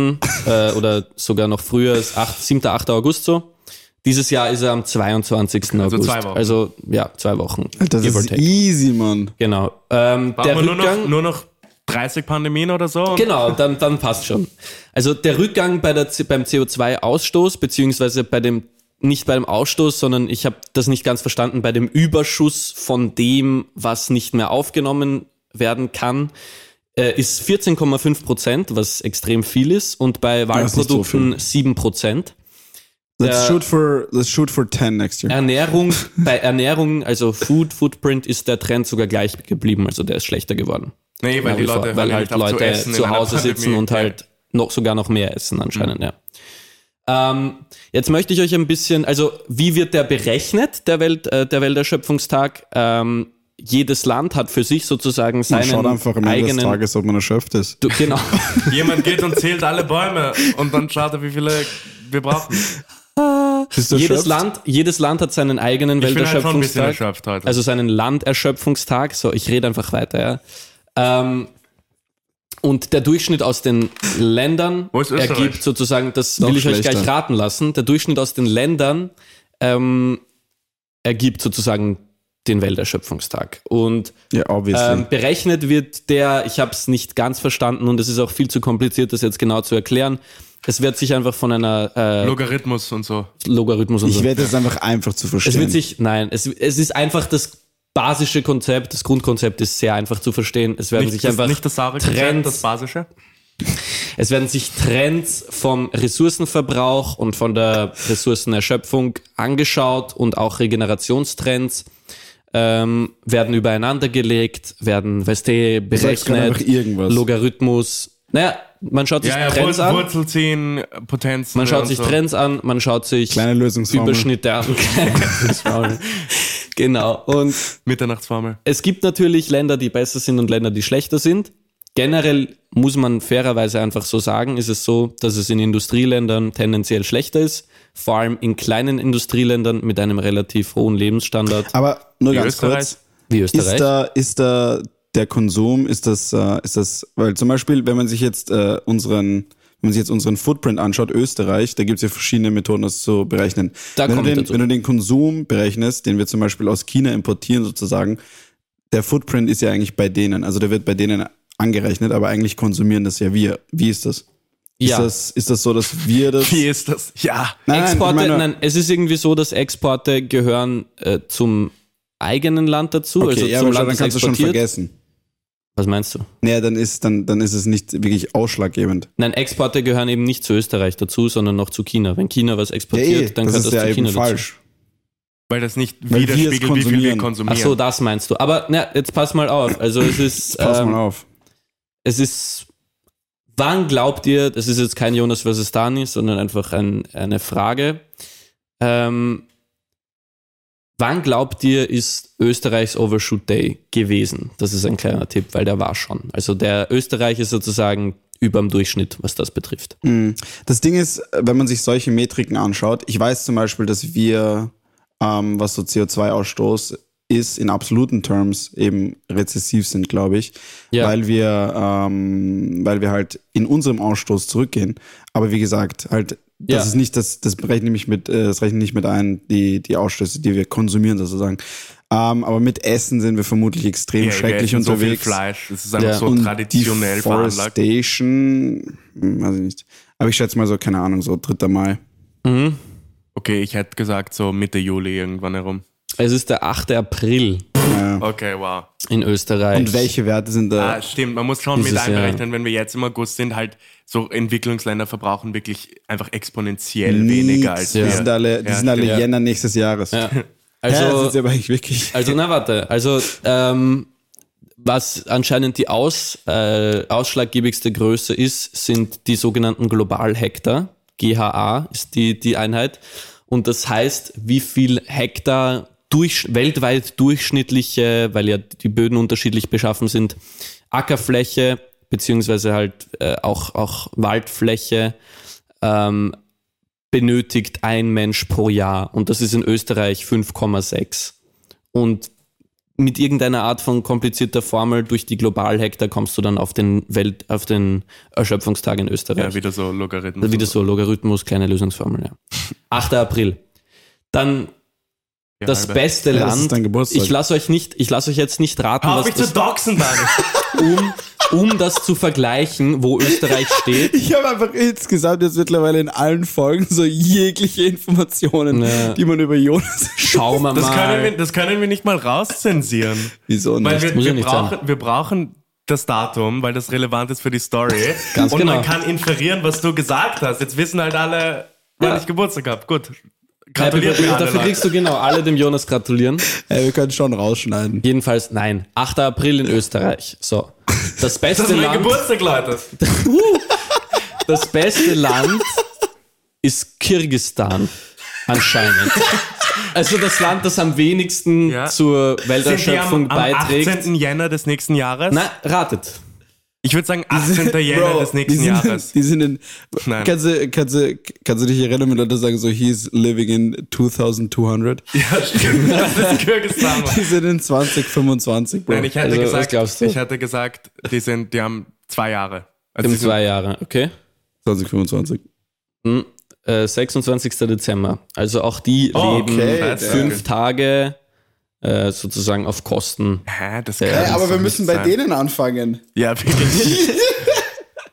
äh, oder sogar noch früher, ist 8, 7. 8. August so. Dieses Jahr ist er am 22.
Also
August.
zwei Wochen.
Also ja, zwei Wochen.
Das
Give or
ist
take.
easy, Mann.
Genau. Ähm,
Brauchen
der
wir nur noch,
Rückgang,
nur noch 30 Pandemien oder so? Und
genau, dann, dann passt schon. Also der Rückgang bei der, C- beim CO2-Ausstoß, beziehungsweise bei dem, nicht beim Ausstoß, sondern ich habe das nicht ganz verstanden, bei dem Überschuss von dem, was nicht mehr aufgenommen werden kann, äh, ist 14,5 Prozent, was extrem viel ist, und bei
ist nicht so
Waldprodukten 7 Prozent.
Let's
Ja.
shoot for let's shoot for 10 next year.
Ernährung, bei Ernährung, also Food, Footprint, ist der Trend sogar gleich geblieben, also der ist schlechter geworden.
Nee, weil die
Nach wie vor,
Leute
weil
hören
halt
nicht auf
Leute zu,
essen in einer
Hause sitzen
Pandemie. Mhm.
und halt noch sogar noch mehr essen anscheinend, ja. Ähm, jetzt möchte ich euch ein bisschen, also wie wird der berechnet, der, Welt, äh, der Welterschöpfungstag? Ähm, jedes Land hat für sich sozusagen
Man
seinen
schaut einfach am Ende des
eigenen...
Tages, ob man erschöpft ist.
Du, genau.
Jemand geht und zählt alle Bäume und dann schaut er, wie viele wir brauchen.
Bist du
jedes,
erschöpft?
Land, jedes Land hat seinen eigenen
Ich bin halt schon ein bisschen
Welterschöpfungstag.
erschöpft heute.
also seinen Landerschöpfungstag. So, ich rede einfach weiter, ja. Ähm, und der Durchschnitt aus den Ländern
Wo ist Österreich?
ergibt sozusagen, das will ich euch gleich
schlechter.
raten lassen, der Durchschnitt aus den Ländern ähm, ergibt sozusagen den Welterschöpfungstag. Und
Ja, obviously.
ähm, berechnet wird der, ich habe es nicht ganz verstanden und es ist auch viel zu kompliziert, das jetzt genau zu erklären. Es wird sich einfach von einer äh,
Logarithmus und so.
Logarithmus und so.
ich werde es einfach einfach zu verstehen.
Es wird sich, nein, es, es ist einfach das basische Konzept, das Grundkonzept ist sehr einfach zu verstehen. Es werden
Nicht
sich
das,
einfach
nicht das saure Konzept,
Trends,
das basische.
es werden sich Trends vom Ressourcenverbrauch und von der Ressourcenerschöpfung angeschaut und auch Regenerationstrends ähm, werden übereinander gelegt, werden, weißt du,
sagst gerade
berechnet,
einfach irgendwas.
Logarithmus. Naja, man schaut sich
Ja, ja,
Trends
Wurzel,
an.
Wurzel ziehen, Potenzen.
Man schaut
und
sich
so.
Trends an, man schaut sich
Kleine Lösungsformel.
Überschnitte an. Kleine Lösungsformel. genau. Und
Mitternachtsformel.
es gibt natürlich Länder, die besser sind und Länder, die schlechter sind. Generell muss man fairerweise einfach so sagen, ist es so, dass es in Industrieländern tendenziell schlechter ist, vor allem in kleinen Industrieländern mit einem relativ hohen Lebensstandard
Aber nur
Wie
ganz
Österreich?
kurz.
wie
Ist
Österreich.
da, ist da der Konsum, ist das, äh, ist das, weil zum Beispiel, wenn man sich jetzt äh, unseren, wenn man sich jetzt unseren Footprint anschaut, Österreich, da gibt es ja verschiedene Methoden, das zu berechnen.
Da
wenn,
komme
du
ich
den,
dazu.
wenn du den Konsum berechnest, den wir zum Beispiel aus China importieren sozusagen, der Footprint ist ja eigentlich bei denen, also der wird bei denen angerechnet, aber eigentlich konsumieren das ja wir. Wie ist das?
Ja.
Ist das, ist das so, dass wir das?
Wie ist das? Ja.
Nein, nein, ich
Exporte,
meine-
nein, es ist irgendwie so, dass Exporte gehören äh, zum eigenen Land dazu,
Okay,
also
ja,
zum
aber
Land,
dann
das
kannst du schon
exportiert.
vergessen.
Was meinst du?
Naja, dann ist, dann, dann ist es nicht wirklich ausschlaggebend.
Nein, Exporte gehören eben nicht zu Österreich dazu, sondern noch zu China. Wenn China was
Ja,
exportiert,
eh,
dann
das
gehört
ist
das
ja
zu
eben
China dazu.
falsch.
Weil das nicht
Weil wir es
widerspiegelt, wie viel wir
konsumieren.
konsumieren.
Ach so, das meinst du. Aber na, jetzt pass mal auf. Also es ist,
Pass
ähm,
mal auf.
es ist, wann glaubt ihr, das ist jetzt kein Jonas versus Dani, sondern einfach ein, eine Frage. Ähm, wann glaubt ihr, ist Österreichs Overshoot Day gewesen? Das ist ein kleiner Tipp, weil der war schon. Also der Österreich ist sozusagen überm Durchschnitt, was das betrifft.
Mm. Das Ding ist, wenn man sich solche Metriken anschaut, ich weiß zum Beispiel, dass wir, ähm, was so CO2-Ausstoß ist, in absoluten Terms eben rezessiv sind, glaube ich,
Ja.
weil wir, ähm, weil wir halt in unserem Ausstoß zurückgehen. Aber wie gesagt, halt, das
Ja.
ist nicht, das, das rechne ich mit, äh, das rechne nicht mit ein, die, die Ausstöße, die wir konsumieren sozusagen. Ähm, aber mit Essen sind wir vermutlich extrem
Ja,
schrecklich
wir essen
unterwegs.
So viel Fleisch. Es ist einfach
Ja.
so traditionell veranlagt.
Forestation, hm, weiß ich nicht. Aber ich schätze mal so, keine Ahnung, so 3. Mai.
Mhm.
Okay, ich hätte gesagt so Mitte Juli irgendwann herum.
Es ist der 8. April
Ja.
Okay, wow.
in Österreich.
Und welche Werte sind da?
Ah, stimmt, man muss schon
Dieses
mit
Jahr.
einberechnen, wenn wir jetzt im August sind, halt so Entwicklungsländer verbrauchen wirklich einfach exponentiell weniger als
Die
wir.
sind alle, die
Ja,
sind alle
stimmt.
Jänner nächstes Jahres.
Ja.
Also, ja, das ist
Also,
aber eigentlich wirklich.
also, na warte. Also, ähm, was anscheinend die aus, äh, ausschlaggebigste Größe ist, sind die sogenannten Globalhektar. GHA ist die, die Einheit. Und das heißt, wie viel Hektar durch, weltweit durchschnittliche, weil ja die Böden unterschiedlich beschaffen sind, Ackerfläche, beziehungsweise halt äh, auch, auch Waldfläche, ähm, benötigt ein Mensch pro Jahr. Und das ist in Österreich 5,6. Und mit irgendeiner Art von komplizierter Formel durch die Globalhektar kommst du dann auf den Welt, auf den Erschöpfungstag in
ja,
Österreich.
wieder so Logarithmus.
Also wieder so Logarithmus, kleine Lösungsformel, ja. 8. April. Dann
Ja,
das
halbe.
beste
Ja, das ist
Land.
dein Geburtstag.
ich lasse euch nicht, ich lasse euch jetzt nicht raten,
Hör auf
was
mich zu
das,
doxen, Daniel.
um, um das zu vergleichen, wo Österreich steht.
Ich habe einfach insgesamt jetzt mittlerweile in allen Folgen so jegliche Informationen,
Ja.
die man über Jonas.
Schauen wir
Das können, wir,
mal.
das können wir nicht mal rauszensieren.
Wieso
Weil wir,
Muss ja
wir,
nicht
brauchen, wir brauchen das Datum, weil das relevant ist für die Story.
Ganz
Und man
genau.
kann inferieren, was du gesagt hast. Jetzt wissen halt alle, wann
Ja.
ich Geburtstag habe. Gut.
Happy
Gratuliert
Birthday.
mir alle
Dafür
Leute.
kriegst du genau alle dem Jonas gratulieren.
Ey, wir können schon rausschneiden.
Jedenfalls, nein. 8. April in Österreich. So. Das beste
Das ist mein
Land.
Geburtstag, Leute.
Das beste Land ist Kirgistan. Anscheinend. Also das Land, das am wenigsten
Ja.
zur
Sind die
Welterschöpfung
am, am
beiträgt.
18. Jänner des nächsten Jahres?
Na, ratet.
Ich würde sagen 18. Jänner des nächsten
die sind,
Jahres.
Die sind in.
Nein.
Kannst du, kannst, du, kannst du dich erinnern, wenn Leute sagen, so, he's living in 2200?
Ja, stimmt. Das ist Kirgistan. Mann.
Die sind in 2025, Bro.
Nein, ich hätte
Also, was glaubst
gesagt,
du?
ich hätte gesagt, die sind, die haben zwei Jahre. Also
Im
die sind-
zwei Jahre, okay?
2025.
Hm, äh, 26. Dezember. Also auch die
Oh,
leben
okay,
ja.
fünf Tage äh, sozusagen auf Kosten.
Hä, das
Ja,
kann
Ey,
doch
aber wir
nicht
müssen bei
sein.
denen anfangen.
Ja, wirklich.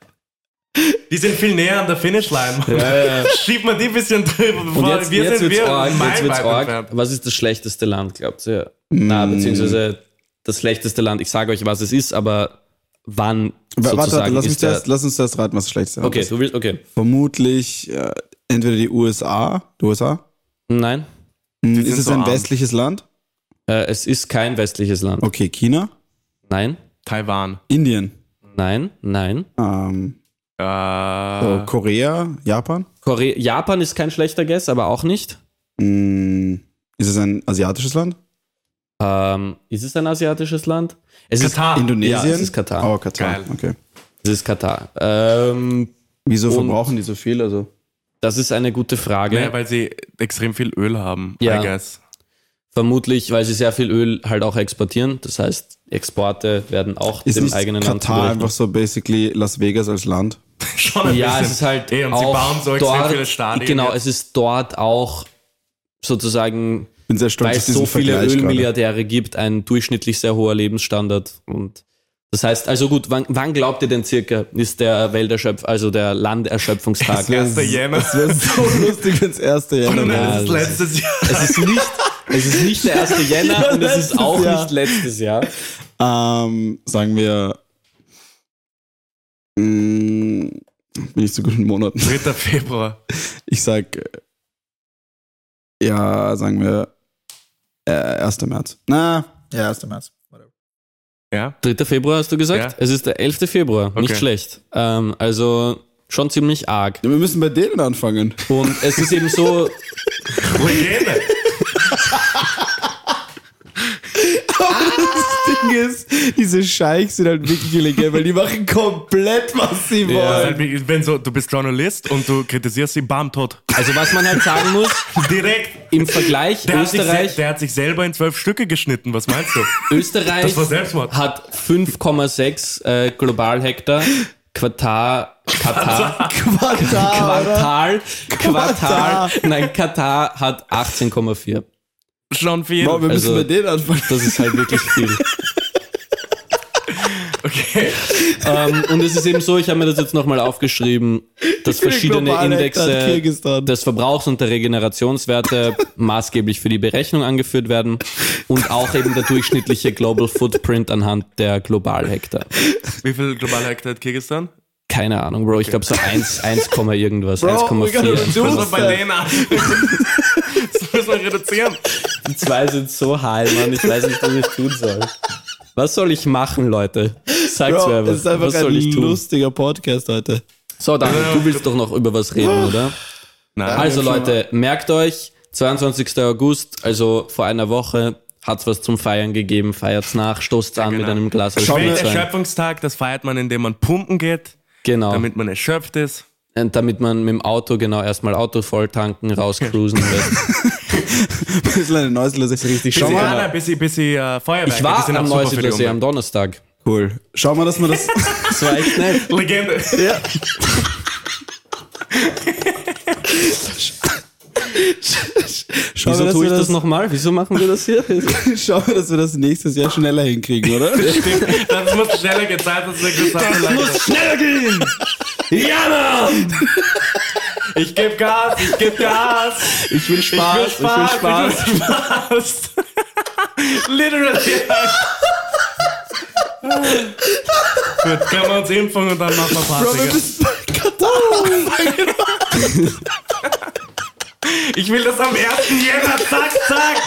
die sind viel näher an der Finishline. Mann. Schiebt man die ein bisschen drüber,
Und
bevor
jetzt,
wir
jetzt
sind
wird's
wir
arg, jetzt wird's
meilenweit
arg.
entfernt.
Was ist das schlechteste Land, glaubt ihr?
Mm.
Na, beziehungsweise das schlechteste Land. Ich sage euch, was es ist, aber wann
Wa-
sozusagen
Warte, warte, lass,
ist
mich
der-
zuerst, lass uns das raten, was schlecht ist. Also
Okay, du willst, okay.
Vermutlich äh, entweder die USA. Die USA?
Nein,
Hm,
Die
Ist
sind
es
so
ein
arm.
westliches Land?
äh, es ist kein westliches Land.
Okay, China?
Nein,
Taiwan.
Indien?
nein, nein.
Ähm,
Äh,
Ah.
so Korea? Japan?
Kore Japan ist kein schlechter Guess, aber auch nicht.
Hm, ist es ein asiatisches Land?
Ähm, ist es ein asiatisches Land? Es
Katar. Ne,
Indonesien?
Ah, ja, es ist Katar.
Oh, Katar.
Geil.
Okay.
ist, es ist Katar. Ähm,
Wieso
Und-
verbrauchen die so viel? Also,
das ist eine gute Frage.
Naja, weil sie extrem viel Öl haben,
Ja.
I guess.
Vermutlich, weil sie sehr viel Öl halt auch exportieren. Das heißt, Exporte werden auch
ist
dem
nicht
eigenen Land
Katar
zugerechnet.
einfach so basically Las Vegas als Land?
Schon ein
Ja,
bisschen.
es ist halt
Ey, und
auch
sie bauen so extrem
dort,
viele Stadien.
Genau,
jetzt.
es ist dort auch sozusagen,
Bin sehr stolz
weil
auf
es
diesen
so viele
Vergleich gerade.
Ölmilliardäre gibt, ein durchschnittlich sehr hoher Lebensstandard. Und das heißt, also gut, wann, wann glaubt ihr denn circa, ist der Welterschöpf, also der Landerschöpfungstag?
wär- 1. Jänner.
Das wäre so lustig, wenn es 1. Jänner
Und
wäre.
dann ist es
Ja, das
letztes Jahr.
es ist nicht, es ist nicht der 1. Jänner
Ja,
und es
letztes
ist auch
Jahr.
nicht letztes Jahr.
Ähm, sagen wir. Mh, bin ich zu guten Monaten.
3. Februar.
Ich sag. äh, Ja, sagen wir. Äh, 1. März. Na,
Yeah, that's the mess. Whatever.
Ja,
3. Februar hast du gesagt?
Ja.
Es ist der 11. Februar,
Okay.
nicht schlecht. Ähm, also schon ziemlich arg.
wir müssen bei denen anfangen.
Und es ist eben so,
Hygiene.
Das Ding ist,
diese Scheichs sind halt wirklich illegal, weil die machen komplett, was sie
Das ist
wollen.
halt wie, wenn so, du bist Journalist und du kritisierst sie, bam, tot.
Also was man halt sagen muss,
Direkt.
im Vergleich
Der hat, sich, sel-
Österreich,
der hat sich selber in zwölf Stücke geschnitten, was meinst du?
Österreich
Das war Selbstmord.
hat 5,6 äh, Globalhektar Quartar, Katar,
Quartal, oder?
Quartal,
Quartal.
Quartal, nein, Katar hat 18,4.
Schon viel.
Wow, wir müssen
Also-
bei denen anfangen.
Das ist halt wirklich viel.
Okay.
ähm, und es ist eben so, ich habe mir das jetzt nochmal aufgeschrieben, dass verschiedene
Global Hektar
Indexe
Kirgisistan.
des Verbrauchs und der Regenerationswerte maßgeblich für die Berechnung angeführt werden und auch eben der durchschnittliche Global Footprint anhand der Globalhektar.
Wie viel globale Hektar hat Kirgisistan?
Keine Ahnung, Bro, ich glaube so 1, 1, Komma irgendwas,
we gotta
1,4.
reduce
Müssen wir bei
that.
denen an. Das müssen wir reduzieren.
Die zwei sind so high, Mann, ich weiß nicht, was ich tun soll. Was soll ich machen, Leute? Sag's mir
Bro,
einfach.
das ist einfach
was soll
ein
ich tun?
lustiger Podcast heute.
So, Daniel, du willst doch noch über was reden, oder?
Nein.
Also Leute, merkt euch, 22. August, also vor einer Woche, hat's was zum Feiern gegeben. Feiert's nach, stoßt's an mit
genau.
einem Glas Weißwein.
Welterschöpfungstag, das feiert man, indem man pumpen geht,
Genau.
damit man erschöpft ist.
Und damit man mit dem Auto genau erstmal Auto voll tanken, rauscruisen wird.
Das ist eine Neuslese. Richtig
Bis
Schau
sie,
mal.
Anna, bis sie, bis sie äh, Feuerwerke.
Ich
die
war
sind
am
auch super für die
Neusiedler See am
Umwelt.
Donnerstag.
Cool. Schau mal, dass man das.
Das war echt nett.
Legende.
Schau
Wieso
mal, dass
tue
wir
ich das
das
nochmal? Wieso machen wir das hier?
Schau mal, dass wir das nächstes Jahr schneller hinkriegen, oder?
Das muss schneller gezahlt das ist das muss schneller gehen! Ja, Mann! Ich geb Gas, ich geb Gas!
Ich will Spaß, ich will Spaß.
ich will Spaß! Literally! Gut, können wir uns impfen und dann machen wir Party. gell? Oh Ich will das am 1. Jänner, zack, zack!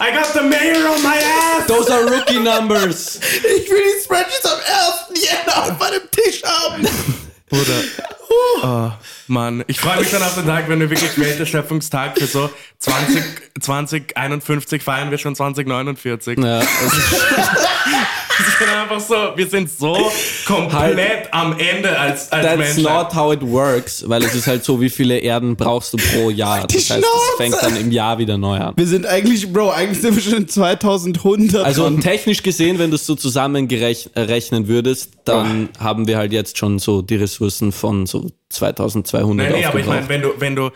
I got the mayor on my ass!
Those are rookie numbers.
Ich will die Spreadsheets am 1. Jänner auf meinem Tisch haben.
Bruder.
Ah.
Oh, Mann, ich freue mich schon auf den Tag, wenn wir wirklich Welterschöpfungstag für so 20, 2051 feiern wir schon 2049.
Ja, also
Ich bin einfach so, wir sind so komplett am Ende als, als
Halt. that's
Mensch.
not how it works, weil es ist halt so, wie viele Erden brauchst du pro Jahr. Das heißt, es fängt dann im Jahr wieder neu an.
Wir sind eigentlich, Bro, eigentlich sind wir schon in 2100.
Also technisch gesehen, wenn du es so zusammenrechnen würdest, dann haben wir halt jetzt schon so die Ressourcen von so
Nee,
2200
nee, aber ich meine,
aufgebraucht.
wenn du, wenn du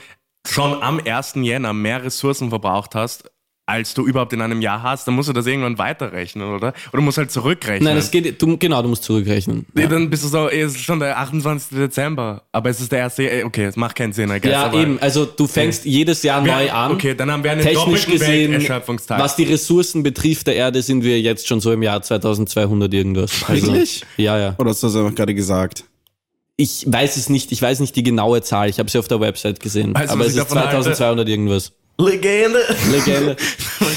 schon am 1. Jänner mehr Ressourcen verbraucht hast, als du überhaupt in einem Jahr hast, dann musst du das irgendwann weiterrechnen, oder? Oder musst halt zurückrechnen.
Nein, das geht, du, genau, du musst zurückrechnen.
Nee,
Ja,
Dann bist du so, ey, es ist schon der 28. Dezember, aber es ist der erste, ey, okay, es macht keinen Sinn, I guess,
ja
aber
eben, also du fängst jedes Jahr
Wir-
neu an.
Okay, dann haben wir einen
Technisch
doppelten
gesehen,
Welterschöpfungstag.
was die Ressourcen betrifft der Erde, sind wir jetzt schon so im Jahr 2200 irgendwas. Also,
Wirklich?
Ja, ja.
Oh,
Oder hast du das einfach gerade gesagt?
Ich weiß es nicht, ich weiß nicht die genaue Zahl, ich habe sie auf der Website gesehen.
Also,
aber
was
es
ich
ist
davon halte-
2200 irgendwas.
Legende.
Legende.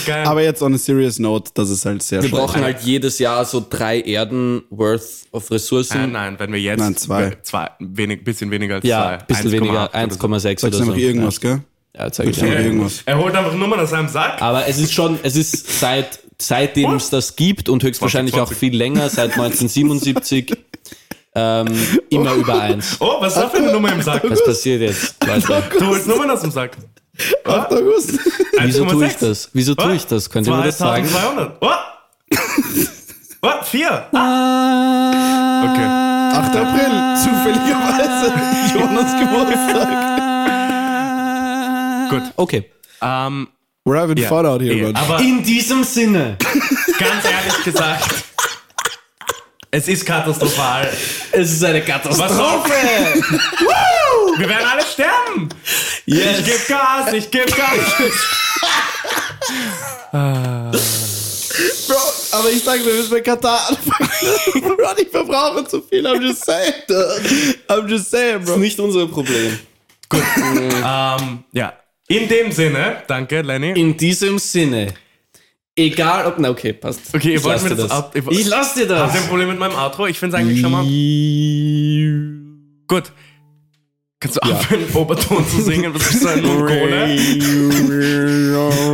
Geil. Äh,
Aber jetzt on a serious note, das ist halt sehr
Wir
schlecht.
brauchen halt jedes Jahr so drei Erden worth of Ressourcen.
nein, nein, wenn wir jetzt
Nein, zwei.
zwei wenig, bisschen weniger als
Ja,
zwei.
ein bisschen weniger,
1,8 oder
1,6 oder
Sagst du
so.
einfach irgendwas, gell?
Ja, zeig ich
Sagst einfach
dir.
irgendwas.
so. Er holt einfach Nummern aus seinem Sack.
Aber es ist schon, es ist seit, seitdem es das gibt und höchstwahrscheinlich auch
20.
viel länger, seit 1977, ähm, immer über eins.
Oh, was ist das für eine Nummer im Sack?
Was passiert jetzt? Leute?
Du holst Nummern aus dem Sack.
8. August.
Wieso tue ich
1,6.
das? Wieso tue ich das? Könnt ihr mir das sagen?
2200. Oh! Oh, vier. Ah.
8. April. Zufälligerweise. Jonas Geburtstag.
Okay.
Okay. Ähm,
We're having
ja.
fun out here,
Eh,
man.
Aber
In diesem Sinne,
ganz ehrlich gesagt, es ist katastrophal.
es ist eine Katastrophe.
Wir werden alle sterben. Ich geb Gas, ich geb Gas.
Bro, aber ich sag, wir müssen bei Katar anfangen. Bro, ich verbrauche zu viel. I'm just saying. I'm just saying, Bro.
Nicht unser Problem.
ähm, ja. In dem Sinne, danke, Lenny.
In diesem Sinne, egal ob, na okay, passt.
Okay, ihr
ich
wollt
lass
mir
dir
das
das.
ab- ihr wollt-
Ich lass dir
Habt ihr ein
das.
Problem mit meinem Outro? Ich finde es eigentlich schon mal. Gut. Kannst du Affe im Oberton zu singen, was ist so ein Mongole?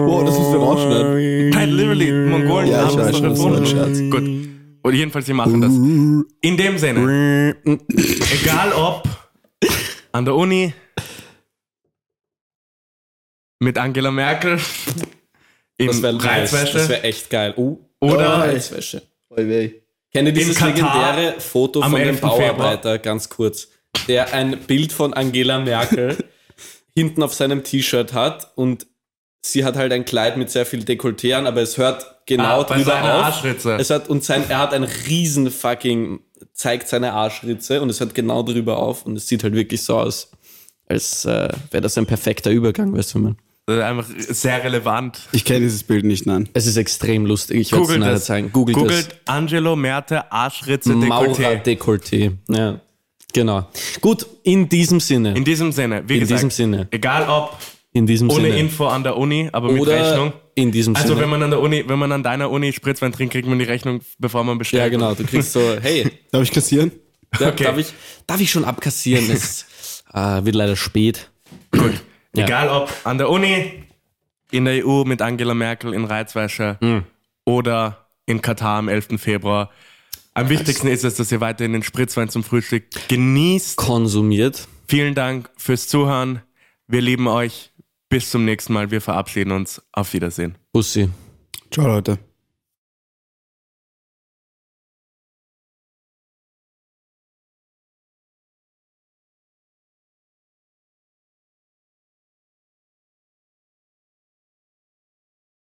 Wow, das ist für ein Ausschnitt.
Nein, literally, Mongolen
Ja, ich
haben
weiß
das noch
schon, das war ein
erfunden. Gut. Und jedenfalls, sie machen das. In dem Sinne. Egal ob an der Uni, mit Angela Merkel, in
Das wäre nice. Das
Reizwäsche
wäre echt geil. Oh,
oder
Reizwäsche. Kennt ihr
In
dieses
Katar
legendäre Foto
am
von dem
11. Februar.
Bauarbeiter, ganz kurz, der ein Bild von Angela Merkel hinten auf seinem T-Shirt hat und sie hat halt ein Kleid mit sehr viel Dekolleté an, aber es hört genau
Ah, bei
drüber
seiner
auf.
Arschritze.
Es hat, und sein, er hat ein riesen fucking, zeigt seine Arschritze und es hört genau drüber auf und es sieht halt wirklich so aus, als äh, wäre das ein perfekter Übergang, weißt du, man.
äh, einfach sehr relevant.
Ich kenne dieses Bild nicht, nein.
Es ist extrem lustig, ich werde es nachher zeigen. Googelt, es.
Googelt Angelo Merte Arschritze
Maurer
Dekolleté.
Dekolleté. Ja, genau. Gut, in diesem Sinne.
In diesem Sinne, wie
In
gesagt,
diesem Sinne.
egal ob
In diesem
ohne
Sinne.
Info an der Uni, aber mit
Oder
Rechnung.
in diesem
Also
Sinne.
wenn man an der Uni, wenn man an deiner Uni Spritzwein trinkt, kriegt man die Rechnung, bevor man bestellt.
ja, genau. Du kriegst so, hey,
Darf ich kassieren?
da,
Okay.
darf, ich, darf ich schon abkassieren? Es äh, wird leider spät.
Gut.
Ja.
Egal ob an der Uni, in der EU mit Angela Merkel in Reizwäsche
Hm.
oder in Katar am 11. Februar. Am wichtigsten ist es, dass ihr weiterhin den Spritzwein zum Frühstück genießt.
Konsumiert.
Vielen Dank fürs Zuhören. Wir lieben euch. Bis zum nächsten Mal. Wir verabschieden uns. Auf Wiedersehen.
Bussi.
Ciao, Leute.